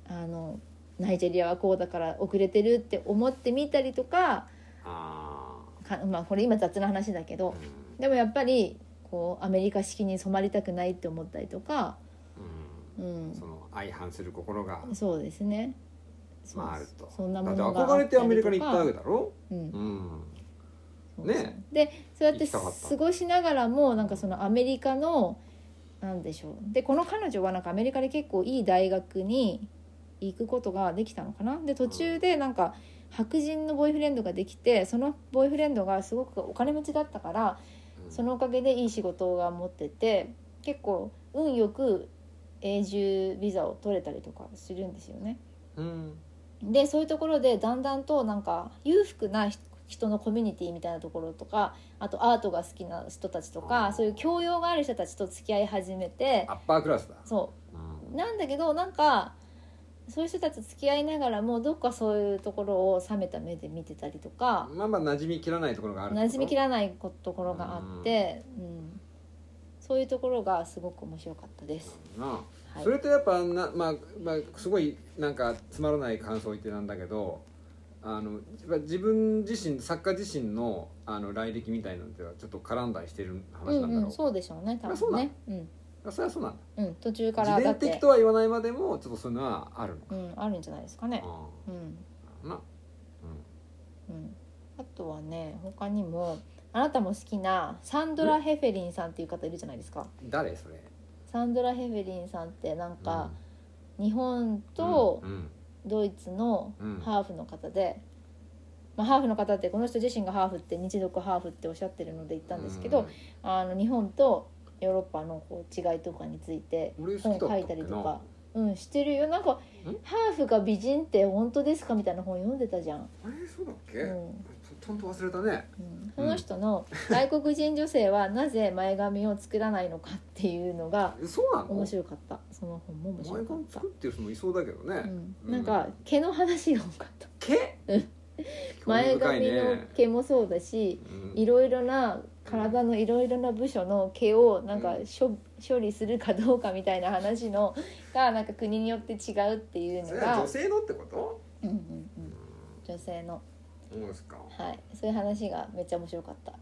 Speaker 4: あのナイジェリアはこうだから遅れてるって思ってみたりとか
Speaker 3: あ
Speaker 4: か、まあ、これ今雑な話だけ
Speaker 3: あ
Speaker 4: ど、でもやっぱりこうアメリカ式に染まりたくないって思ったりとか、う
Speaker 3: うんん、その相反する心が、
Speaker 4: そうですねそう
Speaker 3: まあ、あると
Speaker 4: そんな
Speaker 3: だ
Speaker 4: も
Speaker 3: って
Speaker 4: のがあ
Speaker 3: 憧れてアメリカに行ったわ
Speaker 4: り
Speaker 3: け
Speaker 4: とか
Speaker 3: だろ、
Speaker 4: うん
Speaker 3: うん、
Speaker 4: そうです
Speaker 3: ね
Speaker 4: でそうやって
Speaker 3: 行きたかった
Speaker 4: 過ごしながらもなんかそのアメリカのなんでしょうでこの彼女はなんかアメリカで結構いい大学に行くことができたのかなで途中でなんか白人のボーイフレンドができてそのボーイフレンドがすごくお金持ちだったから
Speaker 3: うん
Speaker 4: そのおかげでいい仕事が持ってて結構運よく永住ビザを取れたりとかするんですよね。
Speaker 3: うん
Speaker 4: でそういうところでだんだんとなんか裕福な人人のコミュニティみたいなところとかあとアートが好きな人たちと
Speaker 3: あ
Speaker 4: か
Speaker 3: ー
Speaker 4: そういう教養がある人たちと付き合い始めて
Speaker 3: アッパークラスだ、
Speaker 4: そ
Speaker 3: うん
Speaker 4: うなんだけどなんかそういう人たちと付き合いながらもどっかそういうところを冷めた目で見てたりとか
Speaker 3: まあまあ馴染みきらないところがある
Speaker 4: 馴染みき
Speaker 3: ら
Speaker 4: らないこところがあって、うん、そういうところがすごく面白かったです。
Speaker 3: な
Speaker 4: はい
Speaker 3: それとやっぱな、まあまあ、すごいなんかつまらない感想言ってなんだけどあのやっぱ自分自身作家自身のあの来歴みたいなのってはちょっと絡んだりしてる
Speaker 4: う
Speaker 3: 話なんだろう、
Speaker 4: んうん、そうでしょうね多
Speaker 3: あそう
Speaker 4: 分
Speaker 3: なの
Speaker 4: ねうん、
Speaker 3: あそれはそうなんだ
Speaker 4: うん、途中から
Speaker 3: 自
Speaker 4: だ
Speaker 3: 伝
Speaker 4: って
Speaker 3: 的とは言わないまでもちょっとそういうのはあるの
Speaker 4: うん、あるんじゃないですかね、
Speaker 3: あ
Speaker 4: うん
Speaker 3: あな、
Speaker 4: うん、あとはね他にもあなたも好きなサンドラ・ヘフェリンさんっていう方いるじゃないですか
Speaker 3: うん、誰それ
Speaker 4: サンドラ・ヘフェリンさんってなんか、日本と
Speaker 3: うんうん
Speaker 4: ドイツの
Speaker 3: うん
Speaker 4: ハーフの方で、まあ、ハーフの方ってこの人自身がハーフって日独ハーフっておっしゃってるので言ったんですけど、あの日本とヨーロッパのこう違いとかについて
Speaker 3: うん、俺好
Speaker 4: 本
Speaker 3: きだった
Speaker 4: 書い
Speaker 3: っ
Speaker 4: た
Speaker 3: け
Speaker 4: り
Speaker 3: な
Speaker 4: とか、うん、してるよなんかハーフが美人って本当ですかみたいな本読んでたじゃん。
Speaker 3: あれそうだっけ、
Speaker 4: うん
Speaker 3: ちゃんと忘れたね
Speaker 4: うんその人の外国人女性はなぜ前髪を作らないのかっていうのが
Speaker 3: えそうなの
Speaker 4: 面白かったその本も面白
Speaker 3: 前
Speaker 4: か
Speaker 3: 髪
Speaker 4: った
Speaker 3: 作、ってる人もいそうだけどね、
Speaker 4: うん、
Speaker 3: うん
Speaker 4: なんか毛の話が多かった
Speaker 3: 毛
Speaker 4: 前髪の毛もそうだし
Speaker 3: うん
Speaker 4: いろいろな体のいろいろな部署の毛をなんか処,、処理するかどうかみたいな話のがなんか国によって違うっていう
Speaker 3: そ
Speaker 4: の
Speaker 3: れは
Speaker 4: が
Speaker 3: 女性のってこと
Speaker 4: うんうんうん女性の
Speaker 3: そうですか
Speaker 4: はいそういう話がめっちゃ面白かった。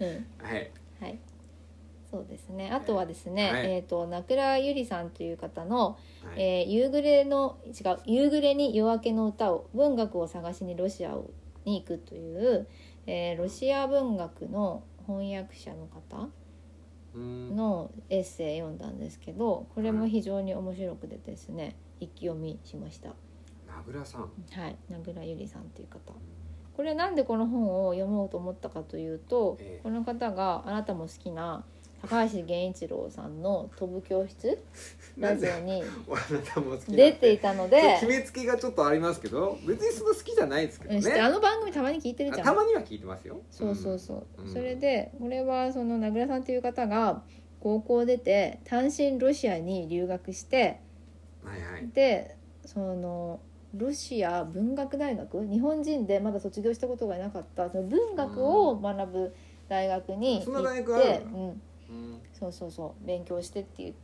Speaker 4: うん
Speaker 3: はい
Speaker 4: はい。そうですね。あとはですね、
Speaker 3: はい
Speaker 4: えっ、と、名倉ゆりさんという方の、
Speaker 3: はい
Speaker 4: えー夕暮れの、違う、夕暮れに夜明けの歌を、文学を探しにロシアをに行くという、えーロシア文学の翻訳者の方
Speaker 3: うん
Speaker 4: のエッセイ読んだんですけど、これも非常に面白くてですね、一気読みしました。
Speaker 3: 名倉さん
Speaker 4: はい、名倉ゆりさんという方。これなんでこの本を読もうと思ったかというと、
Speaker 3: ええ
Speaker 4: この方があなたも好きな高橋源一郎さんの「飛ぶ教室」
Speaker 3: な
Speaker 4: ラ
Speaker 3: ん
Speaker 4: ジ
Speaker 3: で
Speaker 4: オに
Speaker 3: あなたも好きなん
Speaker 4: 出ていたの で
Speaker 3: 決めつけがちょっとありますけど別にその好きじゃないですけど
Speaker 4: うんしてあ
Speaker 3: ね
Speaker 4: の番組たまに聞いてる
Speaker 3: あ
Speaker 4: じゃん
Speaker 3: たまには聞いてますよ
Speaker 4: そうそうんそう、
Speaker 3: うん
Speaker 4: それで俺はその名倉さんという方が高校を出て単身ロシアに留学して
Speaker 3: はいはい
Speaker 4: でそのロシア文学大学日本人でまだ卒業したことがなかったその文学を学ぶ大学に
Speaker 3: そん
Speaker 4: 行
Speaker 3: な
Speaker 4: っ
Speaker 3: 大学ある
Speaker 4: て、
Speaker 3: んだ
Speaker 4: うん、
Speaker 3: うん
Speaker 4: そうそうそう勉強してっていう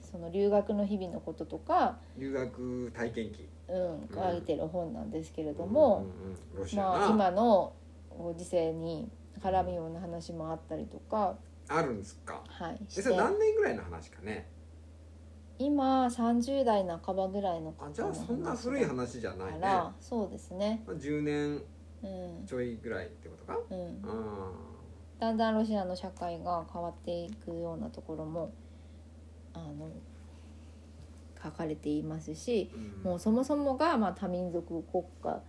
Speaker 4: その留学の日々のこととか、
Speaker 3: 留学体験記
Speaker 4: うん、
Speaker 3: うん
Speaker 4: 書いてる本なんですけれども、
Speaker 3: うんうんうんロシア
Speaker 4: まあ、
Speaker 3: な
Speaker 4: 今のご時世に絡むような話もあったりとか、
Speaker 3: あるんですか
Speaker 4: はい、
Speaker 3: え
Speaker 4: し
Speaker 3: そ
Speaker 4: て
Speaker 3: れ何年ぐらいの話かね
Speaker 4: 今30代半ばぐらいの
Speaker 3: あ
Speaker 4: 方
Speaker 3: じゃ
Speaker 4: の
Speaker 3: あそんな古い話じゃない
Speaker 4: か
Speaker 3: ね
Speaker 4: ら
Speaker 3: ま
Speaker 4: そうですね、
Speaker 3: あ10年
Speaker 4: うん
Speaker 3: ちょいぐらいってことか
Speaker 4: うん
Speaker 3: う、ん
Speaker 4: だんだんロシアの社会が変わっていくようなところもあの書かれていますし、
Speaker 3: うん
Speaker 4: もうそもそもがまあ多民族国家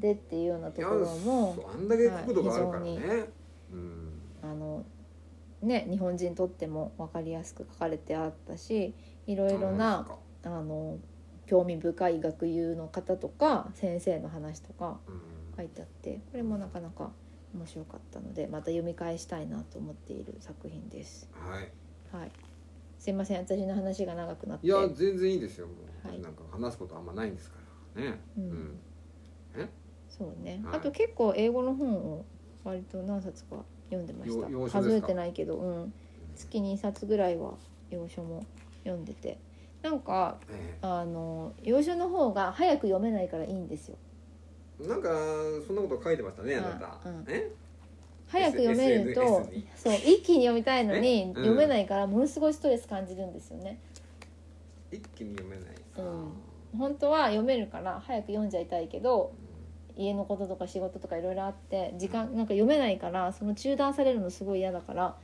Speaker 4: でっていうようなところも
Speaker 3: いやそうあんだけ国土があるから
Speaker 4: はい
Speaker 3: ね
Speaker 4: 非
Speaker 3: うん
Speaker 4: あの、ね、日本人にとっても分かりやすく書かれてあったしいろいろな
Speaker 3: そう
Speaker 4: あの興味深い学友の方とか先生の話とか
Speaker 3: ですかうん
Speaker 4: 書いてあってこれもなかなか面白かったのでまた読み返したいなと思っている作品です。
Speaker 3: はい
Speaker 4: はい、すいません私の話が長くなって
Speaker 3: いや全然いいですよもう、
Speaker 4: はい
Speaker 3: なんか話すことあんまないんですからね
Speaker 4: う
Speaker 3: うんん、
Speaker 4: そうね、
Speaker 3: はい
Speaker 4: あと結構英語の本を割と何冊か読んでまし
Speaker 3: よ洋
Speaker 4: た
Speaker 3: 書で
Speaker 4: 数
Speaker 3: すか
Speaker 4: えてないけど、うん、月に2冊ぐらいは洋書も読んでてなんか
Speaker 3: え
Speaker 4: あの洋書の方が早く読めないからいいんですよ
Speaker 3: えなんかそんなこと書いてましたねあ
Speaker 4: あ
Speaker 3: なた、
Speaker 4: うん
Speaker 3: え
Speaker 4: 早く読めると
Speaker 3: SNS に
Speaker 4: そう一気に読みたいの
Speaker 3: えう
Speaker 4: に
Speaker 3: ん
Speaker 4: 読めないからものすごいストレス感じるんですよね
Speaker 3: 一気に読めない、
Speaker 4: うん本当は読めるから早く読んじゃいたいけど家のこととか仕事とかいろいろあって時間なんか読めないからその中断されるのすごい嫌だから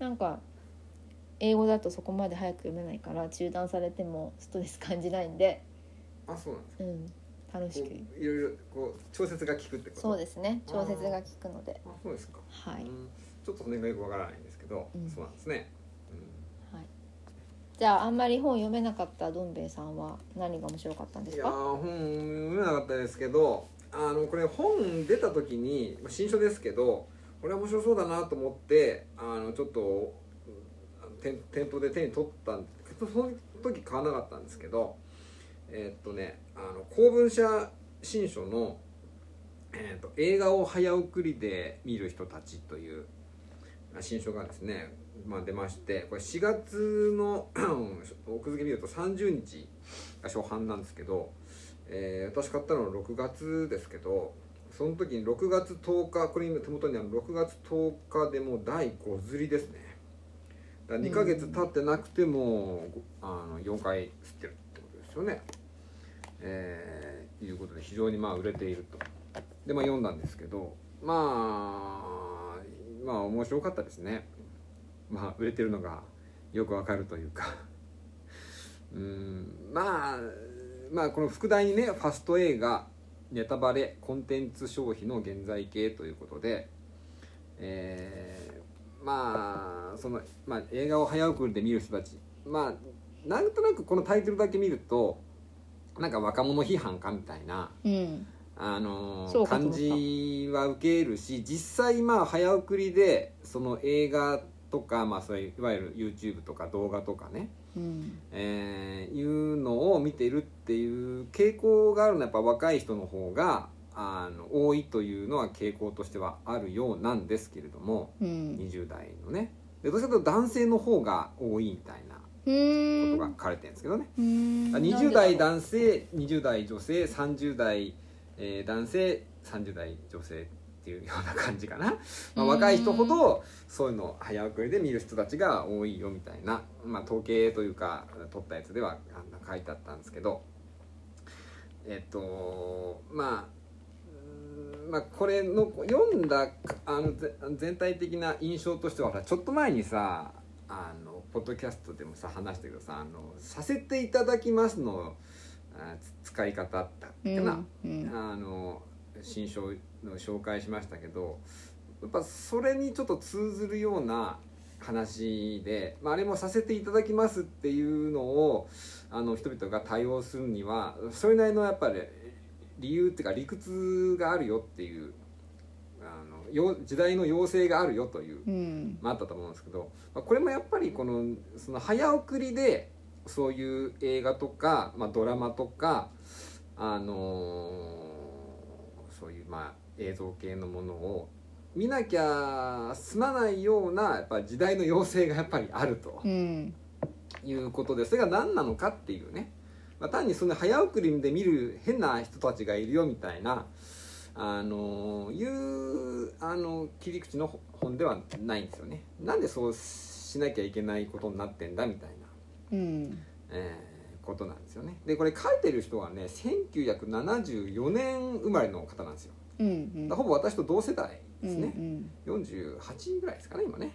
Speaker 4: なんか英語だとそこまで早く読めないから中断されてもストレス感じないんで、
Speaker 3: あそうなんですか
Speaker 4: うん、楽しく
Speaker 3: こういろいろこう調節が効くってこと
Speaker 4: そう
Speaker 3: す
Speaker 4: ですね調節が効くので、
Speaker 3: あそうですか、
Speaker 4: はい
Speaker 3: うんちょっとその辺がよくわからないんですけど、
Speaker 4: うん
Speaker 3: そうなんですね、
Speaker 4: はい、じゃああんまり本読めなかったどん兵衛さんは何が面白かったん
Speaker 3: う
Speaker 4: で
Speaker 3: ん、い
Speaker 4: す
Speaker 3: やー
Speaker 4: か
Speaker 3: 本読めなかったですけどあのこれ本出た時にまあ新書ですけどこれは面白そうだなと思ってあのちょっと店店頭で手に取ったんその時買わなかったんですけどえーっとねあの公文社新書の、えーっと「映画を早送りで見る人たち」という新書がですね、まあ、出ましてこれ4月の 奥付け見ると30日が初版なんですけど、えー私買ったのは6月ですけどその時に6月10日これ今手元にある6月10日でもう第5釣りですねだから2ヶ月経ってなくても、あの4回吸ってるってことですよねえーいうことで非常にまあ売れているとでまあ読んだんですけどまあまあ面白かったですねまあ売れてるのがよくわかるというかうんまあまあこの副題にねファスト映画ネタバレコンテンツ消費の現在形ということでえーまあその、まあ、映画を早送りで見る人たちまあなんとなくこのタイトルだけ見るとなんか若者批判かみたいな
Speaker 4: うん
Speaker 3: あのー
Speaker 4: そうかと思
Speaker 3: 感
Speaker 4: った
Speaker 3: じは受けるし実際まあ早送りでその映画とか、まあ、そういういわゆる YouTube とか動画とかね、
Speaker 4: うん
Speaker 3: えーいうのを見てるっていう傾向があるのはやっぱ若い人の方がああの多いというのは傾向としてはあるようなんですけれども
Speaker 4: うん
Speaker 3: 20代のねでどちらかというと男性の方が多いみたいな
Speaker 4: う
Speaker 3: こと
Speaker 4: ん
Speaker 3: が書かれてるんですけどね、
Speaker 4: うん
Speaker 3: 20代男性20代女性30代、えー男性30代女性っていうような感じ かな、まあ、
Speaker 4: うん
Speaker 3: 若い人ほどそういうのを早送りで見る人たちが多いよみたいな、まあ、統計というか取ったやつではあんな書いてあったんですけどえっとまあうーんまあ、これの読んだあのぜ全体的な印象としてはほらちょっと前にさあのポッドキャストでもさ話したけどさ「あのさせていただきますの」あつ使い方だったっ
Speaker 4: う
Speaker 3: けな、
Speaker 4: んうん
Speaker 3: あの新書の紹介しましたけどやっぱそれにちょっと通ずるような話で、まあ、あれもさせていただきますっていうのをあの人々が対応するにはそれなりのやっぱり理由っていうか理屈があるよっていうあのよ時代の要請があるよという
Speaker 4: うん
Speaker 3: まあ、あったと思うんですけど、まあ、これもやっぱりこのその早送りでそういう映画とか、まあ、ドラマとか、あのーそういうまあ映像系のものを見なきゃ済まないようなやっぱ時代の要請がやっぱりあると
Speaker 4: うん
Speaker 3: いうことでそれが何なのかっていうね、まあ、単にその早送りで見る変な人たちがいるよみたいな。あのいうあの切り口の本ではないんですよねなんでそうしなきゃいけないことになってんだみたいな、
Speaker 4: うん
Speaker 3: えーことなんですよねでこれ書いてる人はね1974年生まれの方なんですよ
Speaker 4: うんうん
Speaker 3: だからほぼ私と同世代ですね、
Speaker 4: うん
Speaker 3: 48ぐらいですかね今ね、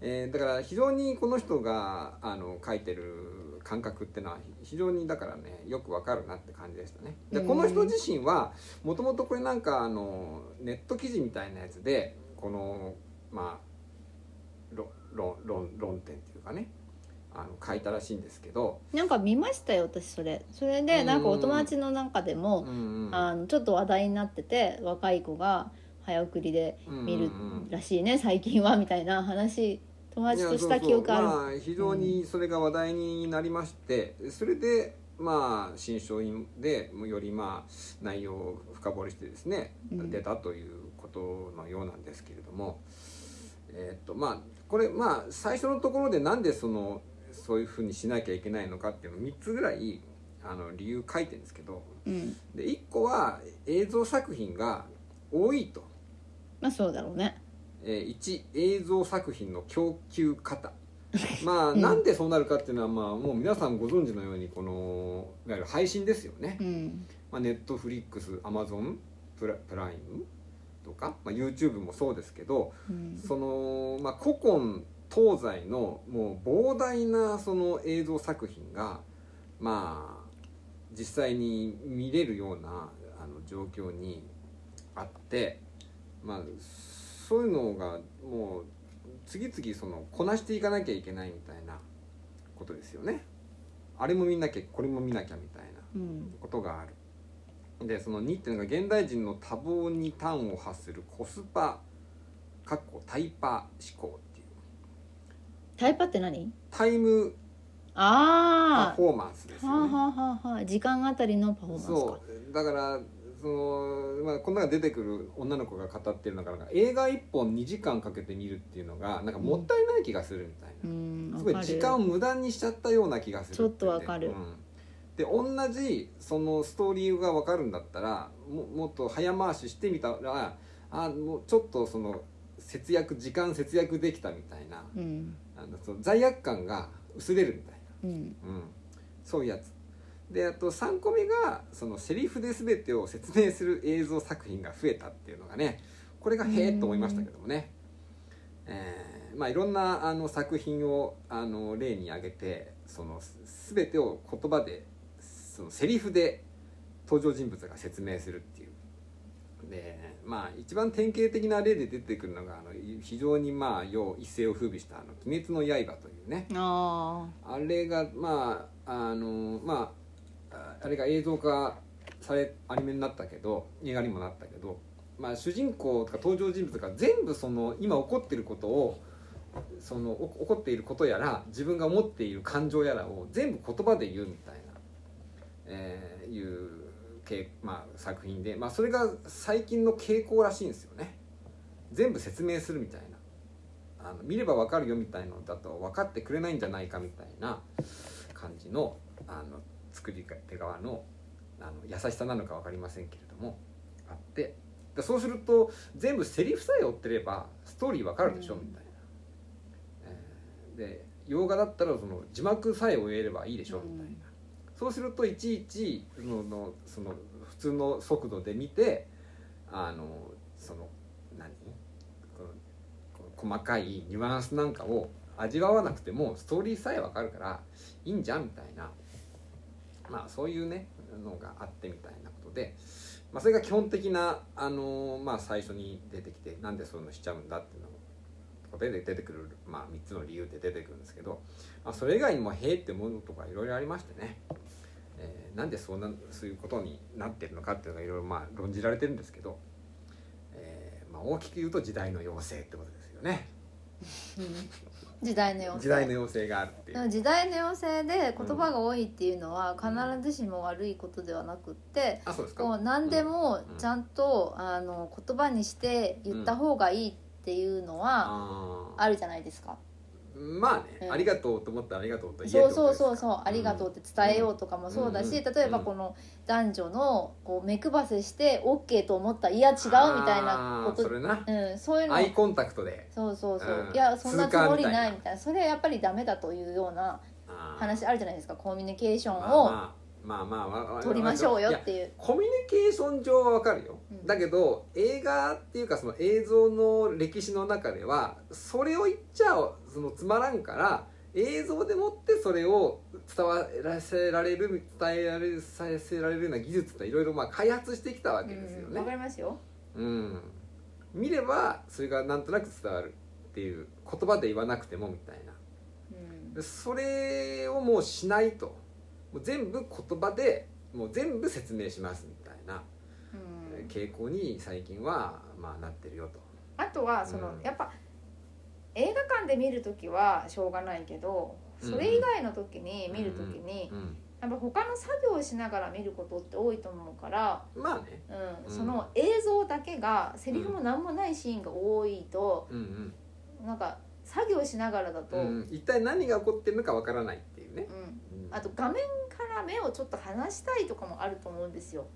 Speaker 3: えーだから非常にこの人があの書いてる感覚ってのは非常にだからねよくわかるなって感じでしたねで
Speaker 4: うん
Speaker 3: この人自身はもともとこれなんかあのネット記事みたいなやつでこのまあ論論論論点っていうかねあの書いたらしいんですけど、
Speaker 4: なんか見ましたよ私それそれでなんかお友達の中でも、
Speaker 3: うんうん
Speaker 4: あのちょっと話題になってて若い子が早送りで見るらしいね、最近はみたいな話友達とした記憶ある
Speaker 3: いやそうそうまあ、非常にそれが話題になりまして、それでまあ新商品でよりまあ内容を深掘りしてですね、
Speaker 4: うん
Speaker 3: 出たということのようなんですけれどもえーっとまあこれまあ最初のところでなんでそのそういうふうにしなきゃいけないのかっていうの3つぐらいあの理由書いてるんですけど
Speaker 4: うん
Speaker 3: で1個は映像作品が多いと、
Speaker 4: まあそうだろうね
Speaker 3: えー1映像作品の供給 方まあ、
Speaker 4: うん
Speaker 3: なんでそうなるかっていうのは、まあ、もう皆さんご存知のようにこのいわゆる配信ですよね、
Speaker 4: うん
Speaker 3: まあ、ネットフリックスアマゾンプラプライムとか、まあ、YouTube もそうですけど
Speaker 4: うん
Speaker 3: その、まあ、古今東西のもう膨大なその映像作品がまあ実際に見れるようなあの状況にあって、まあ、そういうのがもう次々そのこなしていかなきゃいけないみたいなことですよね。あれも見なきゃこれも見なきゃみたいな
Speaker 4: うん
Speaker 3: ことがあるでその2っていうのが現代人の多忙に端を発するコスパかっこタイパ思考っていう
Speaker 4: タイパって何
Speaker 3: タイムパ
Speaker 4: ああ
Speaker 3: フォーマンスです
Speaker 4: はあ
Speaker 3: よ
Speaker 4: は
Speaker 3: ね
Speaker 4: あはあはあ時間あたりのパフォーマンスか
Speaker 3: そうだからその、まあ、この中で出てくる女の子が語ってるのがなんか映画1本2時間かけて見るっていうのがなんかもったいない気がするみたいな、
Speaker 4: うんわ
Speaker 3: すごい
Speaker 4: かる
Speaker 3: 時間を無駄にしちゃったような気がする
Speaker 4: ちょっとわかる
Speaker 3: うんで同じそのストーリーがわかるんだったらももっと早回ししてみたらあもうちょっとその節約時間節約できたみたいな
Speaker 4: うん
Speaker 3: あのその罪悪感が薄れるみたい
Speaker 4: うん
Speaker 3: な、うん、そういうやつであと3個目がそのセリフで全てを説明する映像作品が増えたっていうのがねこれがへえと思いましたけどもね、えーまあ、いろんなあの作品をあの例に挙げてそのす全てを言葉でそのセリフで登場人物が説明するっていう。でまあ、一番典型的な例で出てくるのがあの非常にまあ世一世を風靡した「あの鬼滅の刃」というね
Speaker 4: あ
Speaker 3: あれがまああのまあああれが映像化されアニメになったけど映画にもなったけど、まあ、主人公とか登場人物が全部その今起こっていることをそのお起こっていることやら自分が持っている感情やらを全部言葉で言うみたいな、えーいうけ、まあ、作品で、まあ、それが最近の傾向らしいんですよね全部説明するみたいなあの見ればわかるよみたいのだと分かってくれないんじゃないかみたいな感じのあの作り手側のあの優しさなのか分かりませんけれどもあってでそうすると全部セリフさえ追ってればストーリー分かるでしょ
Speaker 4: うん
Speaker 3: みたいな、えーで洋画だったらその字幕さえ追えればいいでしょみたいな、
Speaker 4: うん
Speaker 3: そうするといちいちののその普通の速度で見てあのその何このこの細かいニュアンスなんかを味わわなくてもストーリーさえ分かるからいいんじゃんみたいなまあそういうねのがあってみたいなことで、まあ、それが基本的な、あのーまあ、最初に出てきてなんでそういうのしちゃうんだっていうのことで出てくる、まあ、3つの理由って出てくるんですけど、まあ、それ以外にも「へえ」ってものとかいろいろありましてね、えーなんでそんなそういうことになってるのかっていうのがいろいろまあ論じられてるんですけど、えーまあ、大きく言うと時代の要請ってことですよね
Speaker 4: 時代の要請
Speaker 3: 時代の要請があるってい
Speaker 4: で
Speaker 3: う
Speaker 4: も。時代の要請で言葉が多いっていうのは必ずしも悪いことではなくって、
Speaker 3: あそうですか
Speaker 4: こう何でもちゃんと、あの言葉にして言った方がいいっていうのは
Speaker 3: あー
Speaker 4: あるじゃないですか、
Speaker 3: まあね、
Speaker 4: うん
Speaker 3: ありがとうと思ったらありがとうと言える
Speaker 4: そう
Speaker 3: って
Speaker 4: そ
Speaker 3: こと
Speaker 4: う
Speaker 3: ですか
Speaker 4: そうそう、ありがとうって伝えようとかもそうだし、
Speaker 3: うんうん
Speaker 4: 例えばこの男女のこう目配せして OK と思ったらいや違うみたいなこ
Speaker 3: あー
Speaker 4: と
Speaker 3: それな、
Speaker 4: うん、そういうの
Speaker 3: アイコンタクトで
Speaker 4: そうそうそう、
Speaker 3: うん
Speaker 4: いやそんなつもりない
Speaker 3: 通過みたいな
Speaker 4: みたいなそれはやっぱりダメだというような話
Speaker 3: あ
Speaker 4: あるじゃないですかコミュニケーション
Speaker 3: ー
Speaker 4: を
Speaker 3: まあまあまあまあまあ
Speaker 4: 取りましょうよ
Speaker 3: いや
Speaker 4: っていう
Speaker 3: コミュニケーション上はわかるよ、
Speaker 4: うん
Speaker 3: だけど映画っていうかその映像の歴史の中ではそれを言っちゃそのつまらんから映像でもってそれを伝わらせられる伝えられるさせられるような技術っていろいろまあ開発してきたわけですよ
Speaker 4: うん
Speaker 3: ね
Speaker 4: わ、かりますよ
Speaker 3: うん、見ればそれがなんとなく伝わるっていう言葉で言わなくてもみたいな
Speaker 4: うん
Speaker 3: でそれをもうしないともう全部言葉でもう全部説明しますみたいな
Speaker 4: うん
Speaker 3: 傾向に最近はまあなってるよと
Speaker 4: あとはその、
Speaker 3: うん
Speaker 4: やっぱ映画館で見る時はしょうがないけどそれ以外の時に見る時に、
Speaker 3: うん
Speaker 4: やっぱ他の作業をしながら見ることって多いと思うから、
Speaker 3: まあね
Speaker 4: うん
Speaker 3: うん
Speaker 4: その映像だけがセリフも何もないシーンが多いと、
Speaker 3: うんうん
Speaker 4: なんか作業しながらだと、
Speaker 3: う
Speaker 4: うん
Speaker 3: ん、一体何が起こってるのかわからないっていうね、うん
Speaker 4: あと画面から目をちょっと離したいとかもあると思うんですよ。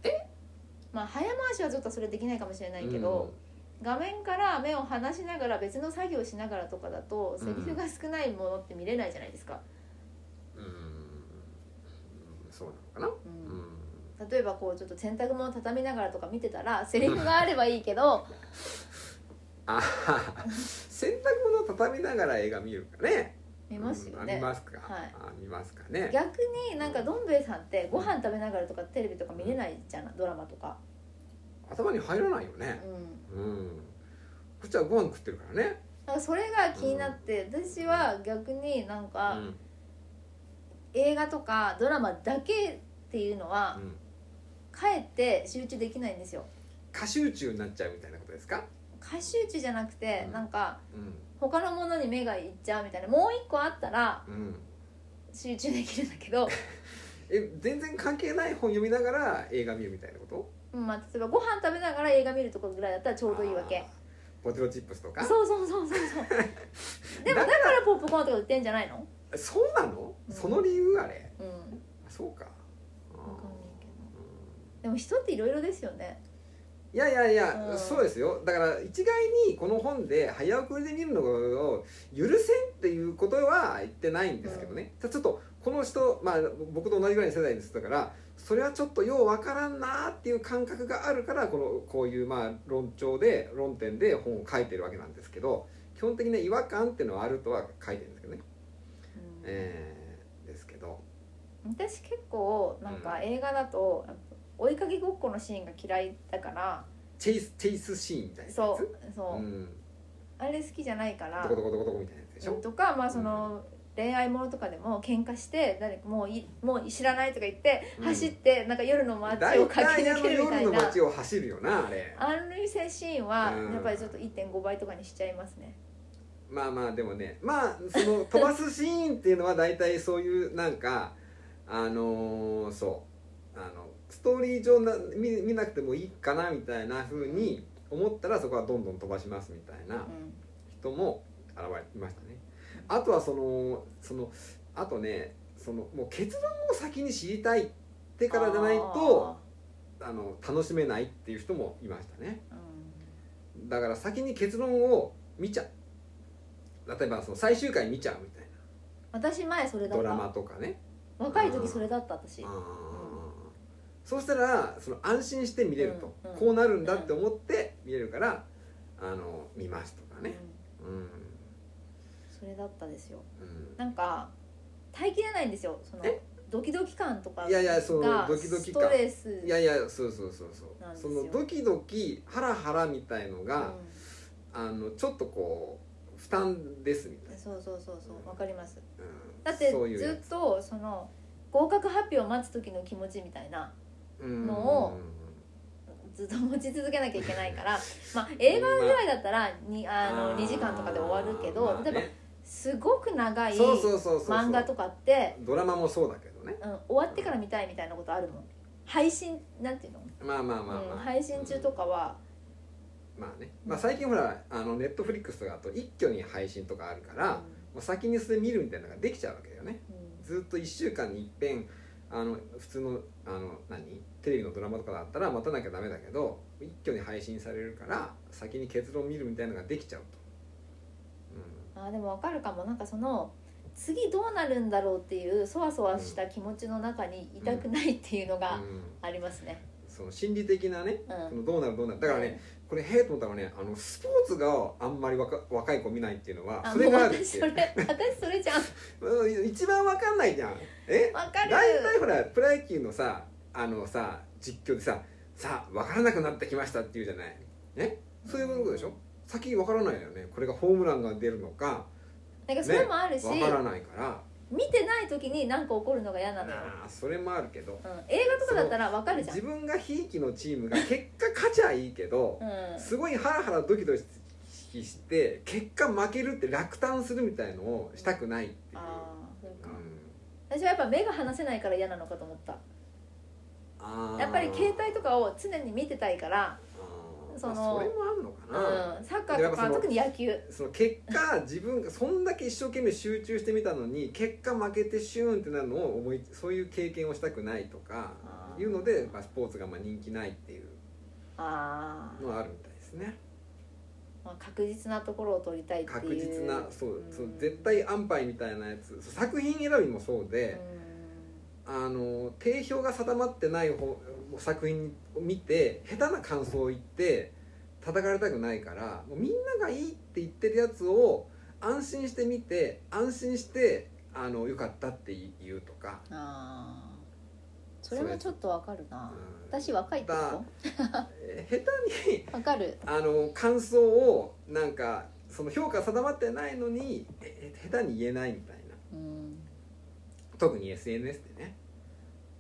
Speaker 4: まあ、早回しはちょっとそれできないかもしれないけど、画面から目を離しながら別の作業をしながらとかだとセリフが少ないものって見れないじゃないですか、
Speaker 3: うん、うんそうなのか
Speaker 4: う
Speaker 3: な、
Speaker 4: ん
Speaker 3: う
Speaker 4: 例えばこうちょっと洗濯物を畳みながらとか見てた らセリフがあればいいけど
Speaker 3: ん、あ はは洗濯物を畳みながら映画見るかね
Speaker 4: 見ますよ
Speaker 3: うんあ
Speaker 4: ね、
Speaker 3: 見ますか、
Speaker 4: はい
Speaker 3: あ見ますかね
Speaker 4: 逆になんかどん兵衛さんってご飯食べながらとかテレビとか見れないじゃんドラマとか、
Speaker 3: 頭に入らないよ
Speaker 4: う
Speaker 3: ね
Speaker 4: ん、
Speaker 3: うんこっちはご飯食ってるからね
Speaker 4: なんかそれが気になって私は逆になんか
Speaker 3: うん
Speaker 4: 映画とかドラマだけっていうのは
Speaker 3: うん
Speaker 4: かえって集中できないんですよ
Speaker 3: 過集中になっちゃうみたいなことですか、
Speaker 4: 過集中じゃなくてなんか
Speaker 3: うん
Speaker 4: 他のものに目がいっちゃうみたいなもう一個あったら
Speaker 3: うん、
Speaker 4: 集中できるんだけど、
Speaker 3: え全然関係ない本読みながら映画見るみたいなこと
Speaker 4: うんまあ、例えばご飯食べながら映画見るとこぐらいだったらち
Speaker 3: ち
Speaker 4: ょうどいいわけ
Speaker 3: ポテトチップスとか
Speaker 4: そうそうそうそうそう でもだからポップコーンとか売ってんじゃないの
Speaker 3: そうなの、
Speaker 4: うん
Speaker 3: その理由あれ
Speaker 4: うん
Speaker 3: そうかあー
Speaker 4: わかんないけど
Speaker 3: うん
Speaker 4: でも人っていろいろですよね
Speaker 3: いやいやいや、
Speaker 4: うん
Speaker 3: そうですよだから一概にこの本で早送りで見るのを許せんっていうことは言ってないんですけどね、ただちょっとこの人、まあ、僕と同じぐらいの世代ですだからそれはちょっとようわからんなっていう感覚があるからこのこういうまあ論調で論点で本を書いてるわけなんですけど基本的な違和感っていうのはあるとは書いてるんですけどね、
Speaker 4: うん
Speaker 3: えーですけど
Speaker 4: 私結構なんか映画だと追いかけごっこのシーンが嫌いだから
Speaker 3: チェイスチェイスシーンみたいなやつ
Speaker 4: そう
Speaker 3: う
Speaker 4: そう、
Speaker 3: ん、
Speaker 4: あれ好きじゃないから
Speaker 3: どこどこどこどこみたいなやつでしょ、
Speaker 4: とかまあその、恋愛ものとかでも喧嘩して誰かもういもう知らないとか言って、
Speaker 3: うん
Speaker 4: 走ってなんか夜の
Speaker 3: 大
Speaker 4: 街
Speaker 3: 体
Speaker 4: を駆け
Speaker 3: あ
Speaker 4: 抜
Speaker 3: の
Speaker 4: けるみたい
Speaker 3: 夜の
Speaker 4: な
Speaker 3: 街を走るよなあれ
Speaker 4: アン・ルイセシーンは
Speaker 3: うん
Speaker 4: やっぱりちょっと1.5倍とかにしちゃいますね、
Speaker 3: まあまあでもねまあその飛ばすシ ーンっていうのは大体そういうなんかあのーそうあのストーリー上な見見なくてもいいかなみたいな風に思ったらそこはどんどん飛ばしますみたいな人も現れましたね。あとはそのそのあとねそのもう結論を先に知りたいってからじゃないとあの楽しめないっていう人もいましたね。
Speaker 4: あー、
Speaker 3: だから先に結論を見ちゃう例えばその最終回見ちゃうみたい
Speaker 4: 私前それ
Speaker 3: な
Speaker 4: だっ
Speaker 3: ドラマ
Speaker 4: た
Speaker 3: とかね
Speaker 4: 若い時それだった私
Speaker 3: あーそうしたらその安心して見れると、
Speaker 4: うんうん
Speaker 3: こうなるんだって思って見れるから、あの見ますとかね
Speaker 4: う
Speaker 3: うん、
Speaker 4: んそれだったですよ
Speaker 3: うん
Speaker 4: なんか耐えきれないんですよその
Speaker 3: え
Speaker 4: ドキドキ感とかが
Speaker 3: いやいやそのドキドキ
Speaker 4: ス
Speaker 3: 感
Speaker 4: トレス
Speaker 3: いやいやそうそうそうそう
Speaker 4: なんです
Speaker 3: そ
Speaker 4: よ
Speaker 3: のドキドキハラハラみたいの
Speaker 4: うん
Speaker 3: が、あのちょっとこう負担ですみたいな、
Speaker 4: そうそうそうそうわかります
Speaker 3: うん
Speaker 4: だって
Speaker 3: そういうや
Speaker 4: ずっとその合格発表を待つ時の気持ちみたいな
Speaker 3: つうん
Speaker 4: のを
Speaker 3: うんうん
Speaker 4: ずっと持ち続けなきゃいけないから まあ映画ぐらいだったらにあの
Speaker 3: ー
Speaker 4: 2時間とかで終わるけど、
Speaker 3: まあね
Speaker 4: 例えばすごく長い
Speaker 3: そうそうそうそうそう
Speaker 4: 漫画とかって
Speaker 3: ドラマもそうだけどね
Speaker 4: うん、終わってから見たいみたいなことあるもん配信なんていうの、
Speaker 3: まあまあまあまあ、
Speaker 4: うん、配信中とかは、
Speaker 3: まあね、まあ、最近ほらあのネットフリックスとかだと一挙に配信とかあるから、もう先にそれ見るみたいなのができちゃうわけだよね
Speaker 4: うんうん
Speaker 3: ずっと1週間に一遍あの普通のあの何テレビのドラマとかだったら待たなきゃダメだけど一挙に配信されるから先に結論見るみたいなのができちゃうと、
Speaker 4: あーでもわかるかもなんかその次どうなるんだろうっていうそわそわした気持ちの中にいたくないっていうの
Speaker 3: うん
Speaker 4: が
Speaker 3: うん
Speaker 4: ありますね。
Speaker 3: その心理的なね
Speaker 4: うん
Speaker 3: そのどうなるどうなるだからね、これへえと思ったのはねあのスポーツがあんまり若若い子見ないっていうのは
Speaker 4: あ
Speaker 3: そ
Speaker 4: も
Speaker 3: れ
Speaker 4: う
Speaker 3: があるって
Speaker 4: 私
Speaker 3: い
Speaker 4: そうれ私それじゃん
Speaker 3: うん一番わかんないじゃんえ
Speaker 4: わかる
Speaker 3: 大体ほらプロ野球のさあのさ実況でさ「さあ分からなくなってきました」って言うじゃないねそういうことでしょ先分からないよねこれがホームランが出るのか
Speaker 4: なんかそれもあるし、
Speaker 3: 分からないから
Speaker 4: 見てない時に何か起こるのが嫌なのよ、
Speaker 3: あーそれもあるけど
Speaker 4: うん、映画とかだったらわかるじゃん
Speaker 3: 自分がひいきのチームが結果勝ちゃいいけど
Speaker 4: う、ん
Speaker 3: すごいハラハラドキドキして結果負けるって落胆するみたいのをしたくないっていう。
Speaker 4: あーそう
Speaker 3: う
Speaker 4: か
Speaker 3: ん
Speaker 4: 私はやっぱ目が離せないから嫌なのかと思った
Speaker 3: あー
Speaker 4: やっぱり携帯とかを常に見てたいから、
Speaker 3: あー
Speaker 4: その
Speaker 3: まあそれもあるの
Speaker 4: う
Speaker 3: か
Speaker 4: ん
Speaker 3: な、、
Speaker 4: サッカーと
Speaker 3: やっぱそ
Speaker 4: か
Speaker 3: の
Speaker 4: 特に野球
Speaker 3: その結果自分がそんだけ一生懸命集中してみたのに結果負けてシューンってなるのを思いそういう経験をしたくないとか
Speaker 4: あー
Speaker 3: いうので、まあ、スポーツがまあ人気ないっていう
Speaker 4: あー、
Speaker 3: のはあるみたいですね
Speaker 4: まあ、確実なところを取りたいっていう
Speaker 3: 確実なそう
Speaker 4: うん
Speaker 3: そう絶対安牌みたいなやつそう作品選びもそう
Speaker 4: うん
Speaker 3: で、あの定評が定まってない方作品を見て下手な感想を言って叩かれたくないからもうみんながいいって言ってるやつを安心して見て安心してあのよかったって言うとか、
Speaker 4: あーそれもちょっとわかるな
Speaker 3: うん
Speaker 4: 私若いってこ
Speaker 3: だえ下手に
Speaker 4: とわかる
Speaker 3: あの感想をなんかその評価定まってないのにええ下手に言えないみたいな
Speaker 4: うん
Speaker 3: 特に SNS でね、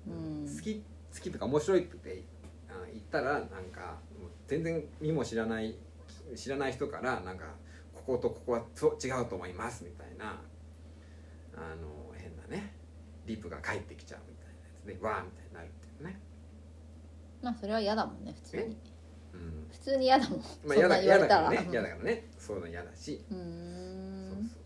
Speaker 4: うん
Speaker 3: 好き好きとか面白いってあ言ったらなんかもう全然身も知らない知らない人からなんかこことここはそう違うと思いますみたいなあの変なねリプが返ってきちゃうみたいなやつでわーみたいになるっていうね、
Speaker 4: まあそれは嫌だもんね普通に
Speaker 3: うん
Speaker 4: 普通に嫌だもん、
Speaker 3: まあ、
Speaker 4: そ
Speaker 3: 嫌
Speaker 4: んな
Speaker 3: だ
Speaker 4: ん言わ
Speaker 3: 嫌
Speaker 4: れ
Speaker 3: だ
Speaker 4: た
Speaker 3: かららね嫌だからねそういうの嫌だし、
Speaker 4: うー
Speaker 3: そうんそ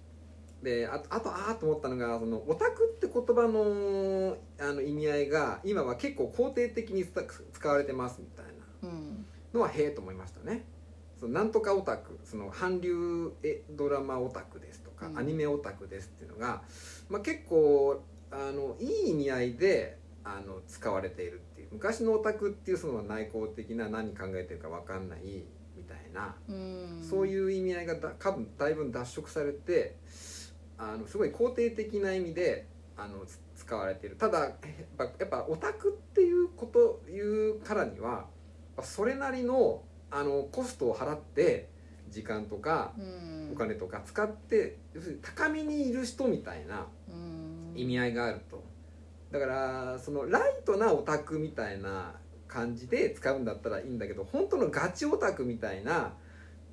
Speaker 3: うであとあとあーと思ったのがそのオタクって言葉のあの意味合いが今は結構肯定的に使使われてますみたいな
Speaker 4: うん
Speaker 3: のはへえと思いましたねそのなんとかオタクその韓流えドラマオタクですとか、
Speaker 4: うん
Speaker 3: アニメオタクですっていうのが、まあ、結構あのいい意味合いであの使われているっていう昔のオタクっていうその内向的な何考えてるか分かんないみたいな、
Speaker 4: うん
Speaker 3: そういう意味合いがだ多分だいぶ脱色されてあのすごい肯定的な意味であのつ使われているただやっぱやっぱオタクっていうこというからにはそれなりのあのコストを払って時間とか
Speaker 4: うん
Speaker 3: お金とか使って、要するに高みにいる人みたいな
Speaker 4: うん
Speaker 3: 意味合いがあるとだからそのライトなオタクみたいな感じで使うんだったらいいんだけど本当のガチオタクみたいな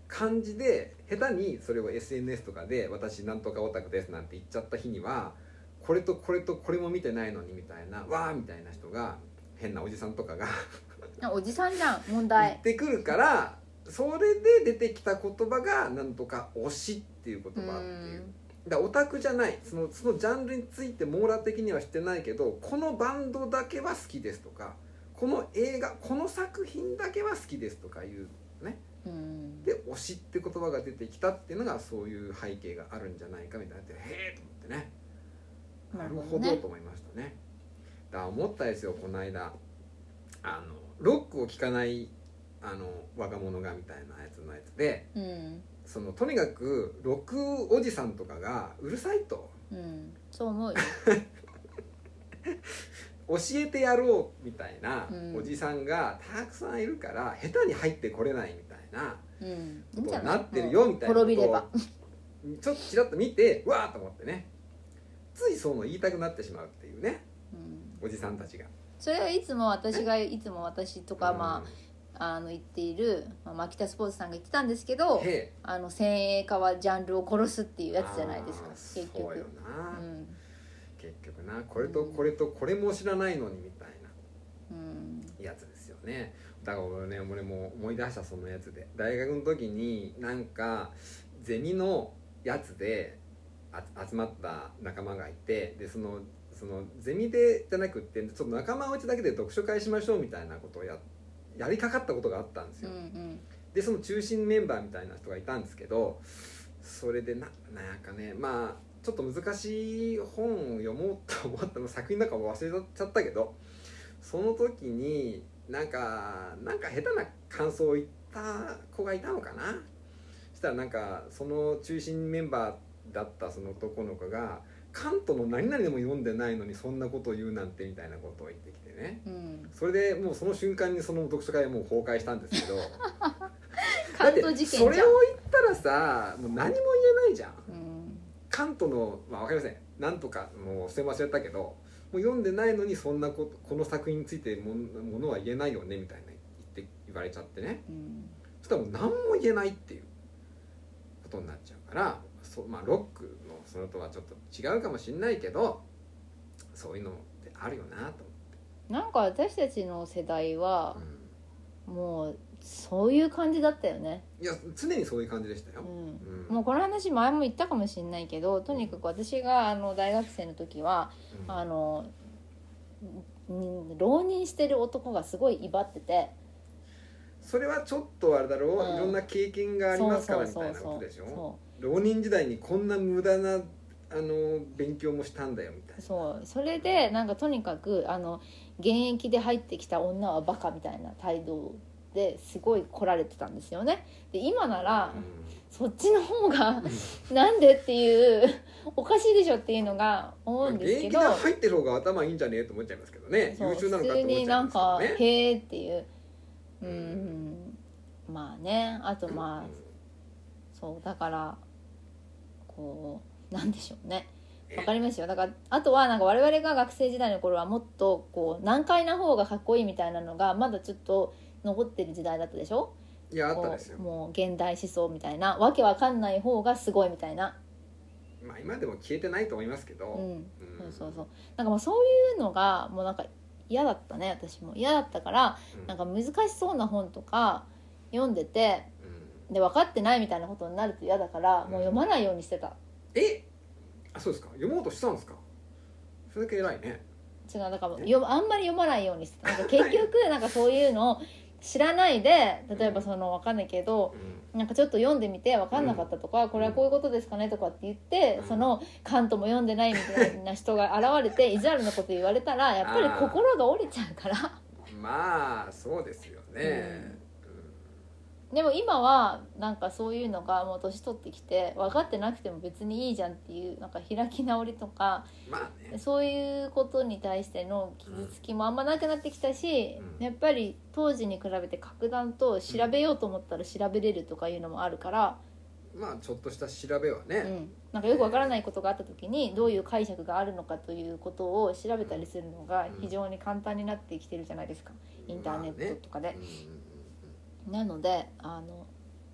Speaker 3: 感じで下手にそれを SNS とかで「私なんとかオタクです」なんて言っちゃった日にはこれとこれとこれも見てないのにみたいな「わー」みたいな人が「変なおじさんとかが
Speaker 4: あおじさんじゃん問
Speaker 3: 言っ
Speaker 4: 題
Speaker 3: てくるからそれで出てきた言葉がなんとか「推し」っていう言葉っていう
Speaker 4: うん
Speaker 3: だからオタクじゃないそのそのジャンルについて網羅的にはしてないけどこのバンドだけは好きですとかこの映画この作品だけは好きですとかいう
Speaker 4: うん
Speaker 3: で「推し」って言葉が出てきたっていうのがそういう背景があるんじゃないかみたいになってへえと思ってねな
Speaker 4: な
Speaker 3: る
Speaker 4: る
Speaker 3: ほ
Speaker 4: ほどね
Speaker 3: どと思いましたねだから思ったですよこの間あのロックを聴かないあの若者がみたいなやつのやつで
Speaker 4: うん
Speaker 3: そのとにかくロックおじさんとかがうるさいと。
Speaker 4: うんそう思うよ
Speaker 3: 教えてやろうみたいな
Speaker 4: うん
Speaker 3: おじさんがたくさんいるから下手に入ってこれないみたいな
Speaker 4: うんいい
Speaker 3: こ
Speaker 4: ん
Speaker 3: と
Speaker 4: じゃ
Speaker 3: に
Speaker 4: ない
Speaker 3: なってるよみたいな
Speaker 4: 滅びれば
Speaker 3: ことをちょっとちらっと見てわーっと思ってねついそういうの言いたくなってしまうっていうね
Speaker 4: うん
Speaker 3: おじさんたちが。
Speaker 4: それはいつも私がいつも私とかま
Speaker 3: うん
Speaker 4: ああの言っているまあ牧田スポーツさんが言ってたんですけど
Speaker 3: へえ
Speaker 4: あの先鋭化はジャンルを殺すっていうやつじゃないですか
Speaker 3: あー
Speaker 4: 結
Speaker 3: そ
Speaker 4: 局う
Speaker 3: うよな、
Speaker 4: ん
Speaker 3: 結局なこれとこれとこれも知らないのにみたいな
Speaker 4: うん
Speaker 3: やつですよねだから俺ね俺も思い出したそのやつで大学の時になんかゼミのやつであ集まった仲間がいてでそのそのゼミでじゃなくってちょっと仲間内だけで読書会しましょうみたいなことをややりかかったことがあったんです
Speaker 4: う
Speaker 3: よ、
Speaker 4: ん
Speaker 3: でその中心メンバーみたいな人がいたんですけどそれでななんかねまあちょっと難しい本を読もうと思ったの作品なんかも忘れちゃったけどその時になんかなんか下手な感想を言った子がいたのかなそしたらなんかその中心メンバーだったその男の子が「カントの何々でも読んでないのにそんなことを言うなんて」みたいなことを言ってきてね
Speaker 4: うんうん
Speaker 3: それでもうその瞬間にその読書会はもう崩壊したんです けど。だ
Speaker 4: カ
Speaker 3: って
Speaker 4: ント事
Speaker 3: そ
Speaker 4: 件じ
Speaker 3: れ
Speaker 4: ゃ
Speaker 3: を
Speaker 4: ん
Speaker 3: 言ったらさもう何も言えないじゃん
Speaker 4: うん
Speaker 3: カントのまあわかりませんなんとかもう捨て忘れたけどもう読んでないのにそんなことこの作品についてもものは言えないよねみたいな言って言われちゃってね
Speaker 4: うん
Speaker 3: そしたらもう何も言えないっていうことになっちゃうからそう、まあ、ロックのそれとはちょっと違うかもしんないけどそういうのってあるよなと
Speaker 4: なんか私たちの世代は
Speaker 3: 思って、
Speaker 4: もうそういう感じだったよね、
Speaker 3: うん、いや常にそういう感じでした
Speaker 4: う
Speaker 3: よ、
Speaker 4: ん
Speaker 3: うん
Speaker 4: もうこの話前も言ったかもしれないけどとにかく私があの大学生の時は
Speaker 3: うん
Speaker 4: あのん浪人してる男がすごい威張ってて
Speaker 3: それはちょっとあれだろう、
Speaker 4: うん
Speaker 3: いろんな経験があり
Speaker 4: そ
Speaker 3: ま
Speaker 4: う
Speaker 3: すか
Speaker 4: そ
Speaker 3: ら
Speaker 4: う
Speaker 3: み
Speaker 4: そ
Speaker 3: たいうなこ
Speaker 4: そ
Speaker 3: とで
Speaker 4: う
Speaker 3: しょ
Speaker 4: そ
Speaker 3: 浪人時代にこんな無駄なあの勉強もしたんだよみたいうな
Speaker 4: そうそれでなんかとにかくあの現役で入ってきた女はバカみたいな態度ですごい来られてたんですよねで今ならそっちの方がなんでっていうおかしいでしょっていうのが思
Speaker 3: う
Speaker 4: うんん
Speaker 3: 現
Speaker 4: ですけ
Speaker 3: 役で
Speaker 4: ど
Speaker 3: 入ってる方が頭いいんじゃねえと思っちゃいますけどね
Speaker 4: そう
Speaker 3: 優秀なの
Speaker 4: 普通
Speaker 3: かと思っちゃ
Speaker 4: に
Speaker 3: い
Speaker 4: なんか
Speaker 3: ま
Speaker 4: 「
Speaker 3: すけどね
Speaker 4: へえ」っていううんまあねあとまあそうだからこうなんでしょうね
Speaker 3: え
Speaker 4: わかりますよだからあとはなんか我々が学生時代の頃はもっとこう難解な方がかっこいいみたいなのがまだちょっと残ってる時代だったでしょ
Speaker 3: いやあった
Speaker 4: こ
Speaker 3: です
Speaker 4: う
Speaker 3: よ
Speaker 4: もう現代思想みたいなわけわかんない方がすごいみたいな
Speaker 3: まあ今でも消えてないと思いますけど、
Speaker 4: うんそうそうそううなんかもうそういうのがもうなんか嫌だったね私も嫌だったから
Speaker 3: ん
Speaker 4: なんか難しそうな本とか読んでて
Speaker 3: うん
Speaker 4: で分かってないみたいなことになると嫌だからもう読まないようにしてた
Speaker 3: えあそうですか読もうとしたんですかそれだけ偉いね
Speaker 4: 違うだから
Speaker 3: え
Speaker 4: 読あんまり読まないようにしてたなんか結局なんかそういうのを知らないで例えばその分かんないけど
Speaker 3: うん
Speaker 4: なんかちょっと読んでみて分かんなかったとか、これはこういうことですかねとかって言って、
Speaker 3: うん
Speaker 4: そのカントも読んでないみたいな人が現れて意地悪なこと言われたらやっぱり心が折れちゃうから。
Speaker 3: まあそうですよね、うん
Speaker 4: でも今はなんかそういうのがもう年取ってきて分かってなくても別にいいじゃんっていうなんか開き直りとか
Speaker 3: まあね
Speaker 4: そういうことに対しての傷つきもあんまなくなってきたし、
Speaker 3: うん
Speaker 4: やっぱり当時に比べて格段と調べようと思ったら調べれるとかいうのもあるから、
Speaker 3: まあちょっとした調べはね、
Speaker 4: うん、なんかよく分からないことがあった時にどういう解釈があるのかということを調べたりするのが非常に簡単になってきてるじゃないですかインターネットとかで
Speaker 3: まあ。ねうんうん
Speaker 4: なのであの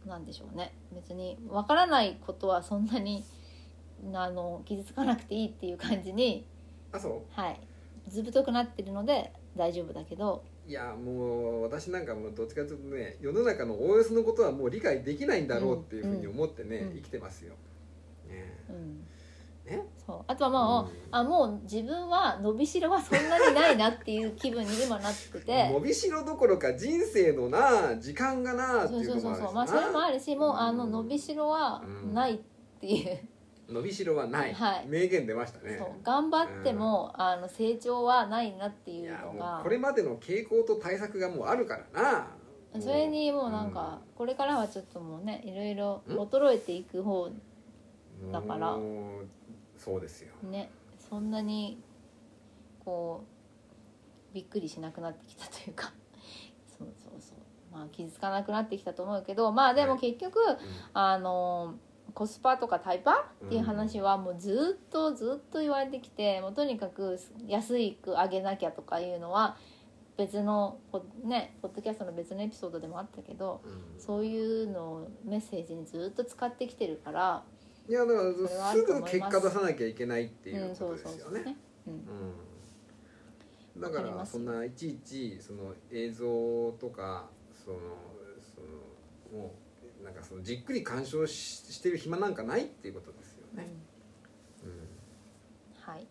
Speaker 4: なんでしょうね別にわからないことはそんなにあの傷つかなくていいっていう感じに
Speaker 3: うんあそ
Speaker 4: はいずぶとくなってるので大丈夫だけど
Speaker 3: いやもう私なんかもうどっちかというとね世の中のおおよそのことはもう理解できないんだろうっていうふうに思ってね、
Speaker 4: うんうん
Speaker 3: 生きてますよ。ね
Speaker 4: うん
Speaker 3: ね
Speaker 4: そうあとはもう、
Speaker 3: うん
Speaker 4: あもう自分は伸びしろはそんなにないなっていう気分に今な ってて
Speaker 3: 伸びしろどころか人生のな時間がなって
Speaker 4: そう
Speaker 3: い
Speaker 4: そうう
Speaker 3: の
Speaker 4: そうそ
Speaker 3: もあるしな
Speaker 4: うまあそれもあるしもうあの
Speaker 3: うん
Speaker 4: 伸びしろはないっていう、
Speaker 3: 伸びしろはない、
Speaker 4: はい
Speaker 3: 名言出ましたね
Speaker 4: そう頑張っても、あの成長はないなって
Speaker 3: い
Speaker 4: いう
Speaker 3: や
Speaker 4: の
Speaker 3: も
Speaker 4: が
Speaker 3: うこれまでの傾向と対策がもうあるからな
Speaker 4: それにもうなんか、これからはちょっともうねいろいろ衰えていく方
Speaker 3: うん
Speaker 4: だから
Speaker 3: もうそうですよ
Speaker 4: ねそんなにこうびっくりしなくなってきたというか そうそうそうまあ傷つかなくなってきたと思うけどまあでも
Speaker 3: はい
Speaker 4: 結局、
Speaker 3: う
Speaker 4: あのコスパとかタイパっていう話はもうずっとずっと言われてきてもうとにかく安いく上げなきゃとかいうのは別のポ,、ね、ポッドキャストの別のエピソードでもあったけど
Speaker 3: んうん
Speaker 4: そういうのをメッセージにずっと使ってきてるから、
Speaker 3: いやだか
Speaker 4: それは
Speaker 3: ら
Speaker 4: あ
Speaker 3: す
Speaker 4: ると思
Speaker 3: ぐ
Speaker 4: います
Speaker 3: 結果出さなきゃいけないって
Speaker 4: う、
Speaker 3: いうんこ
Speaker 4: そ
Speaker 3: と
Speaker 4: う
Speaker 3: で
Speaker 4: そう
Speaker 3: すよ
Speaker 4: そう
Speaker 3: ね。
Speaker 4: うん
Speaker 3: うん、だか
Speaker 4: わかり
Speaker 3: ら
Speaker 4: ます
Speaker 3: そんないちいちその映像とかそのそのもうなんかそのじっくり鑑賞ししてる暇なんかないっていうことですよ
Speaker 4: う
Speaker 3: ね。
Speaker 4: ん
Speaker 3: うん
Speaker 4: はい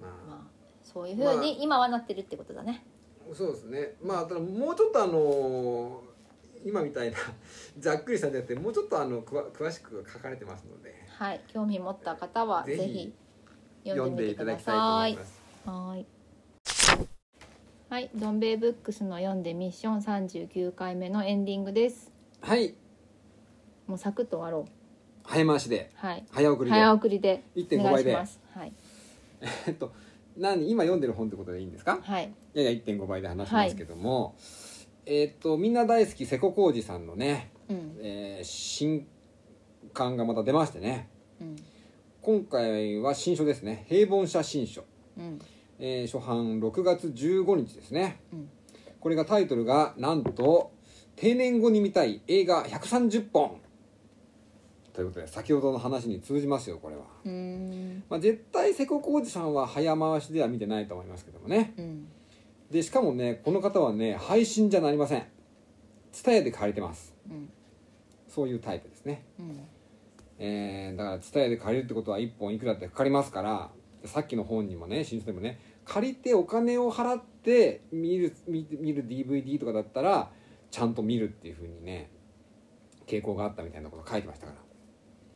Speaker 3: ま
Speaker 4: まあそういうふうに今はなってるってことだね、
Speaker 3: あ、そうですねまあただもうちょっとあの今みたいな ざっくりしたんじゃなくてもうちょっとあのくわ詳しく書かれてますので
Speaker 4: はい興味持った方はぜ
Speaker 3: ぜひ
Speaker 4: ひ読
Speaker 3: 読
Speaker 4: ん
Speaker 3: ん
Speaker 4: で
Speaker 3: で
Speaker 4: みて
Speaker 3: いた
Speaker 4: く
Speaker 3: だ
Speaker 4: だ
Speaker 3: きたいと思
Speaker 4: さ
Speaker 3: い
Speaker 4: い
Speaker 3: ます。
Speaker 4: はい。はい、どん兵衛ブックスの読んでミッション三十九回目のエンディングです。
Speaker 3: はい
Speaker 4: もうサクッと終わろう。
Speaker 3: 早回しで
Speaker 4: はい。
Speaker 3: 早送りで
Speaker 4: 早送りでお
Speaker 3: 1.5
Speaker 4: 願い
Speaker 3: 倍
Speaker 4: し
Speaker 3: で
Speaker 4: ます。はい。
Speaker 3: えっと何今読んでる本ってことでいいんですか
Speaker 4: はい。
Speaker 3: やや1.5倍で話しますけども、えっ、とみんな大好き瀬古浩二さんのね、
Speaker 4: うん。
Speaker 3: えー新刊がまた出ましてね
Speaker 4: うん。
Speaker 3: 今回は新書ですね「平凡社新書
Speaker 4: うん。」
Speaker 3: えー初版6月15日ですね
Speaker 4: うん。
Speaker 3: これがタイトルがなんと「定年後に見たい映画130本」ということで先ほどの話に通じますよこれは、
Speaker 4: うーん。
Speaker 3: まあ、絶対瀬古浩二さんは早回しでは見てないと思いますけどもね
Speaker 4: うん。
Speaker 3: でしかもねこの方はね配信じゃなりません TSUTAYA で借りてます
Speaker 4: うん。
Speaker 3: そういうタイプですね、
Speaker 4: うん。
Speaker 3: えーだから TSUTAYA で借りるってことは1本いくらってかかりますからさっきの本にもね新書でもね借りてお金を払って見る見て見る DVD とかだったらちゃんと見るっていう風にね傾向があったみたいなこと書いてましたか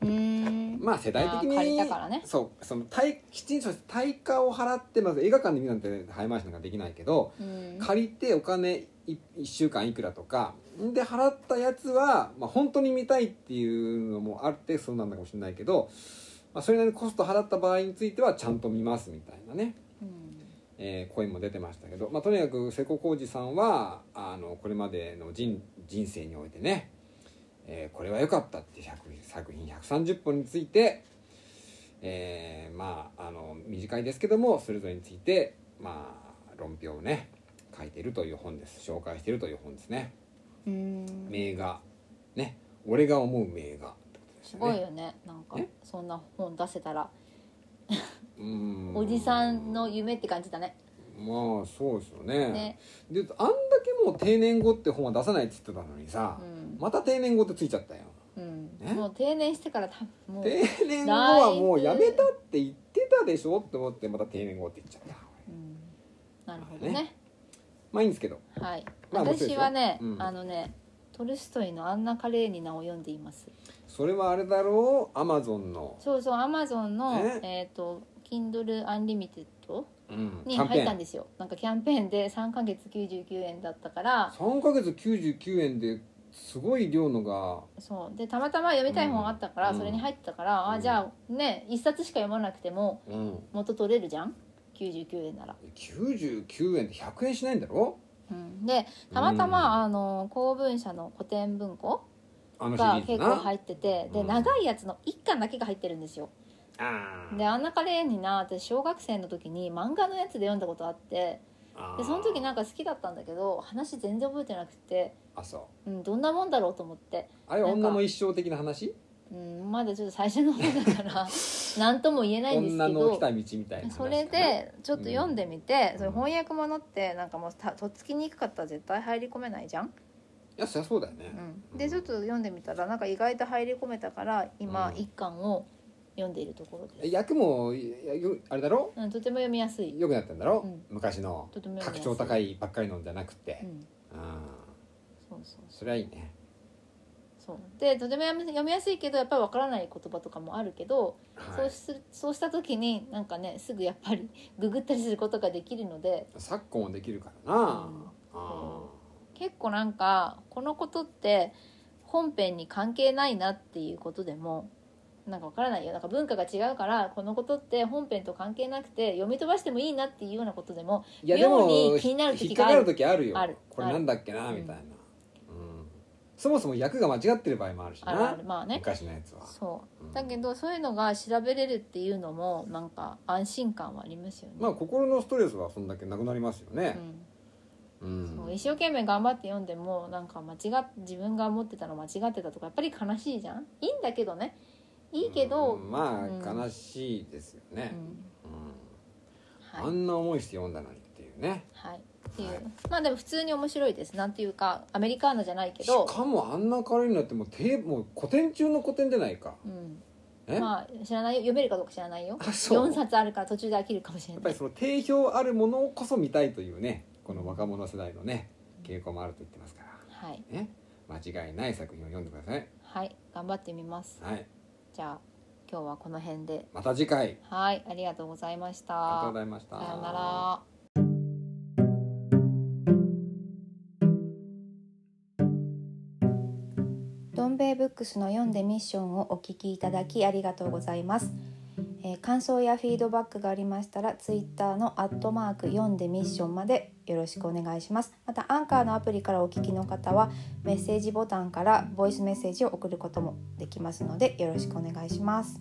Speaker 3: ら
Speaker 4: うーん。
Speaker 3: まあ世代的に
Speaker 4: あー借りたからね
Speaker 3: そうその対きちんとした対価を払ってまず映画館で見るなんて早回しなんかできないけど、
Speaker 4: うん。
Speaker 3: 借りてお金1週間いくらとかで払ったやつは、まあ、本当に見たいっていうのもあってそうなんだかもしれないけど、まあ、それなりにコスト払った場合についてはちゃんと見ますみたいなね、
Speaker 4: うん。
Speaker 3: えー声も出てましたけど、まあ、とにかく瀬古浩二さんはあのこれまでの人人生においてね、えーこれは良かったっていう100作品130本について、えーまああの短いですけどもそれぞれについて、まあ、論評をね書いているという本です紹介しているという本ですね
Speaker 4: うん。
Speaker 3: 名画ね俺が思う名画ってことです
Speaker 4: す
Speaker 3: よ
Speaker 4: ご
Speaker 3: ね
Speaker 4: いよね。なんか
Speaker 3: え
Speaker 4: そんな本出せたら
Speaker 3: うーん
Speaker 4: おじさんの夢って感じだね。
Speaker 3: まあそうですよね
Speaker 4: ね。
Speaker 3: であんだけもう定年後って本は出さないって言ってたのにさ、
Speaker 4: うん。
Speaker 3: また定年後ってついちゃったよ
Speaker 4: うん
Speaker 3: ね。
Speaker 4: もう定年してから多分もう。
Speaker 3: 定年後はもうやめたって言ってたでしょって思ってまた定年後って言っちゃった
Speaker 4: うんなるほどね
Speaker 3: ねまあいいんですけど
Speaker 4: はい、
Speaker 3: まあ面白いです
Speaker 4: 私
Speaker 3: よ
Speaker 4: はね、
Speaker 3: うん
Speaker 4: あのねトルストイの「アンナ・カレーニナ」を読んでいます
Speaker 3: それはあれだろうアマゾンの、
Speaker 4: そうそうアマゾンの
Speaker 3: ね
Speaker 4: えっ、と Kindle Unlimited
Speaker 3: うん、キ
Speaker 4: に
Speaker 3: ャンペ
Speaker 4: 入った
Speaker 3: ー
Speaker 4: ん
Speaker 3: ン
Speaker 4: ですよなんかキャンペーンで3ヶ月99円だったから
Speaker 3: 3ヶ月99円ですごい量のが
Speaker 4: そうでたまたま読みたい本あったから、
Speaker 3: うん
Speaker 4: それに入ってたから、
Speaker 3: う
Speaker 4: あ
Speaker 3: ん
Speaker 4: じゃあね1冊しか読まなくても
Speaker 3: うん
Speaker 4: 元取れるじゃん99円なら、
Speaker 3: 99円って100円しないんだろ
Speaker 4: うん、でたまたま、
Speaker 3: うん
Speaker 4: あの公文社の古典文庫
Speaker 3: あのシ
Speaker 4: が
Speaker 3: リー
Speaker 4: 結
Speaker 3: ズな
Speaker 4: 構入っててで、
Speaker 3: うん
Speaker 4: 長いやつの1巻だけが入ってるんですよ
Speaker 3: あー
Speaker 4: でアンナ・カレーニナ私小学生の時に漫画のやつで読んだことあって
Speaker 3: あー
Speaker 4: でその時なんか好きだったんだけど話全然覚えてなくて、
Speaker 3: あそう
Speaker 4: うん、どんなもんだろうと思って
Speaker 3: あれ
Speaker 4: なんか
Speaker 3: 女の一生的な話
Speaker 4: うん、まだちょっと最初の方だから 何とも言えないんです
Speaker 3: 女
Speaker 4: け
Speaker 3: の来
Speaker 4: ど
Speaker 3: た道みたいな話か
Speaker 4: そ
Speaker 3: な
Speaker 4: れでちょっと読んでみて、
Speaker 3: ん
Speaker 4: それ翻訳ものってなんかもうたとっつきにくかったら絶対入り込めないじゃん、
Speaker 3: いやそりゃそうだよね、
Speaker 4: うん、でちょっと読んでみたらなんか意外と入り込めたから今
Speaker 3: うん
Speaker 4: 一巻を読んでいるところです、
Speaker 3: 役もいやよあれだろ
Speaker 4: うん、とても読みやすい、
Speaker 3: 良くなったんだろ、
Speaker 4: うん
Speaker 3: 昔の
Speaker 4: とても読み
Speaker 3: 格
Speaker 4: やすい
Speaker 3: 調高いばっかりのんじゃなくて
Speaker 4: う、ん、
Speaker 3: あ
Speaker 4: そうそう
Speaker 3: ーそれはいいね
Speaker 4: そうでとても読み読みやすいけどやっぱりわからない言葉とかもあるけど、
Speaker 3: は
Speaker 4: そう
Speaker 3: い
Speaker 4: するそうした時になんかねすぐやっぱりググったりすることができるので
Speaker 3: 昨今もできるからな、
Speaker 4: うん
Speaker 3: あ
Speaker 4: 結構なんかこのことって本編に関係ないなっていうことでもなんかわからないよなんか文化が違うからこのことって本編と関係なくて読み飛ばしてもいいなっていうようなことでも
Speaker 3: ーいやでも
Speaker 4: 妙に気になる時
Speaker 3: 引っ
Speaker 4: が
Speaker 3: か
Speaker 4: ある
Speaker 3: かる時あるよ
Speaker 4: ある
Speaker 3: これなんだっけな
Speaker 4: ある
Speaker 3: みたいな、うんそもそも役が間違ってる場合もあるしな
Speaker 4: あるあるまあね
Speaker 3: 昔のやつは
Speaker 4: そううんだけどそういうのが調べれるっていうのもなんか安心感はありますよね、
Speaker 3: まあ心のストレスはそんだけなくなりますよね
Speaker 4: う、ん
Speaker 3: うん
Speaker 4: そう一生懸命頑張って読んでもなんか間違っ自分が思ってたの間違ってたとかやっぱり悲しいじゃんいいんだけどねいいけど、
Speaker 3: うんまあ、
Speaker 4: うん
Speaker 3: 悲しいですよね
Speaker 4: う、ん
Speaker 3: うん
Speaker 4: はい
Speaker 3: あんな思いして読んだのにっていうね
Speaker 4: はい、っていう、
Speaker 3: はい
Speaker 4: まあでも普通に面白いですなんていうかアメリカーナじゃないけ
Speaker 3: し
Speaker 4: ど、
Speaker 3: かもあんな軽いのってもうてもう古典中の古典じゃないか
Speaker 4: うん、
Speaker 3: え、
Speaker 4: まあ知らないよ読めるかどうか知らないよ
Speaker 3: あそう
Speaker 4: 4冊あるから途中で飽きるかもしれ
Speaker 3: やっ
Speaker 4: な
Speaker 3: ぱ
Speaker 4: い
Speaker 3: りその定評あるものこそ見たいというねこの若者世代のね傾向もあると言ってますか
Speaker 4: はい、
Speaker 3: らね間違いない作品を読んでください
Speaker 4: はい、頑張ってみます
Speaker 3: はい
Speaker 4: じゃあ今日はこの辺で
Speaker 3: また次回
Speaker 4: はいありがとうございました
Speaker 3: ありがとうございました
Speaker 4: さようなら
Speaker 2: どん兵衛ブックスの読んでミッションをお聞きいただきありがとうございます、えー感想やフィードバックがありましたらツイッターのアットマーク読んでミッションまでよろしくお願いしますまたアンカーのアプリからお聞きの方はメッセージボタンからボイスメッセージを送ることもできますのでよろしくお願いします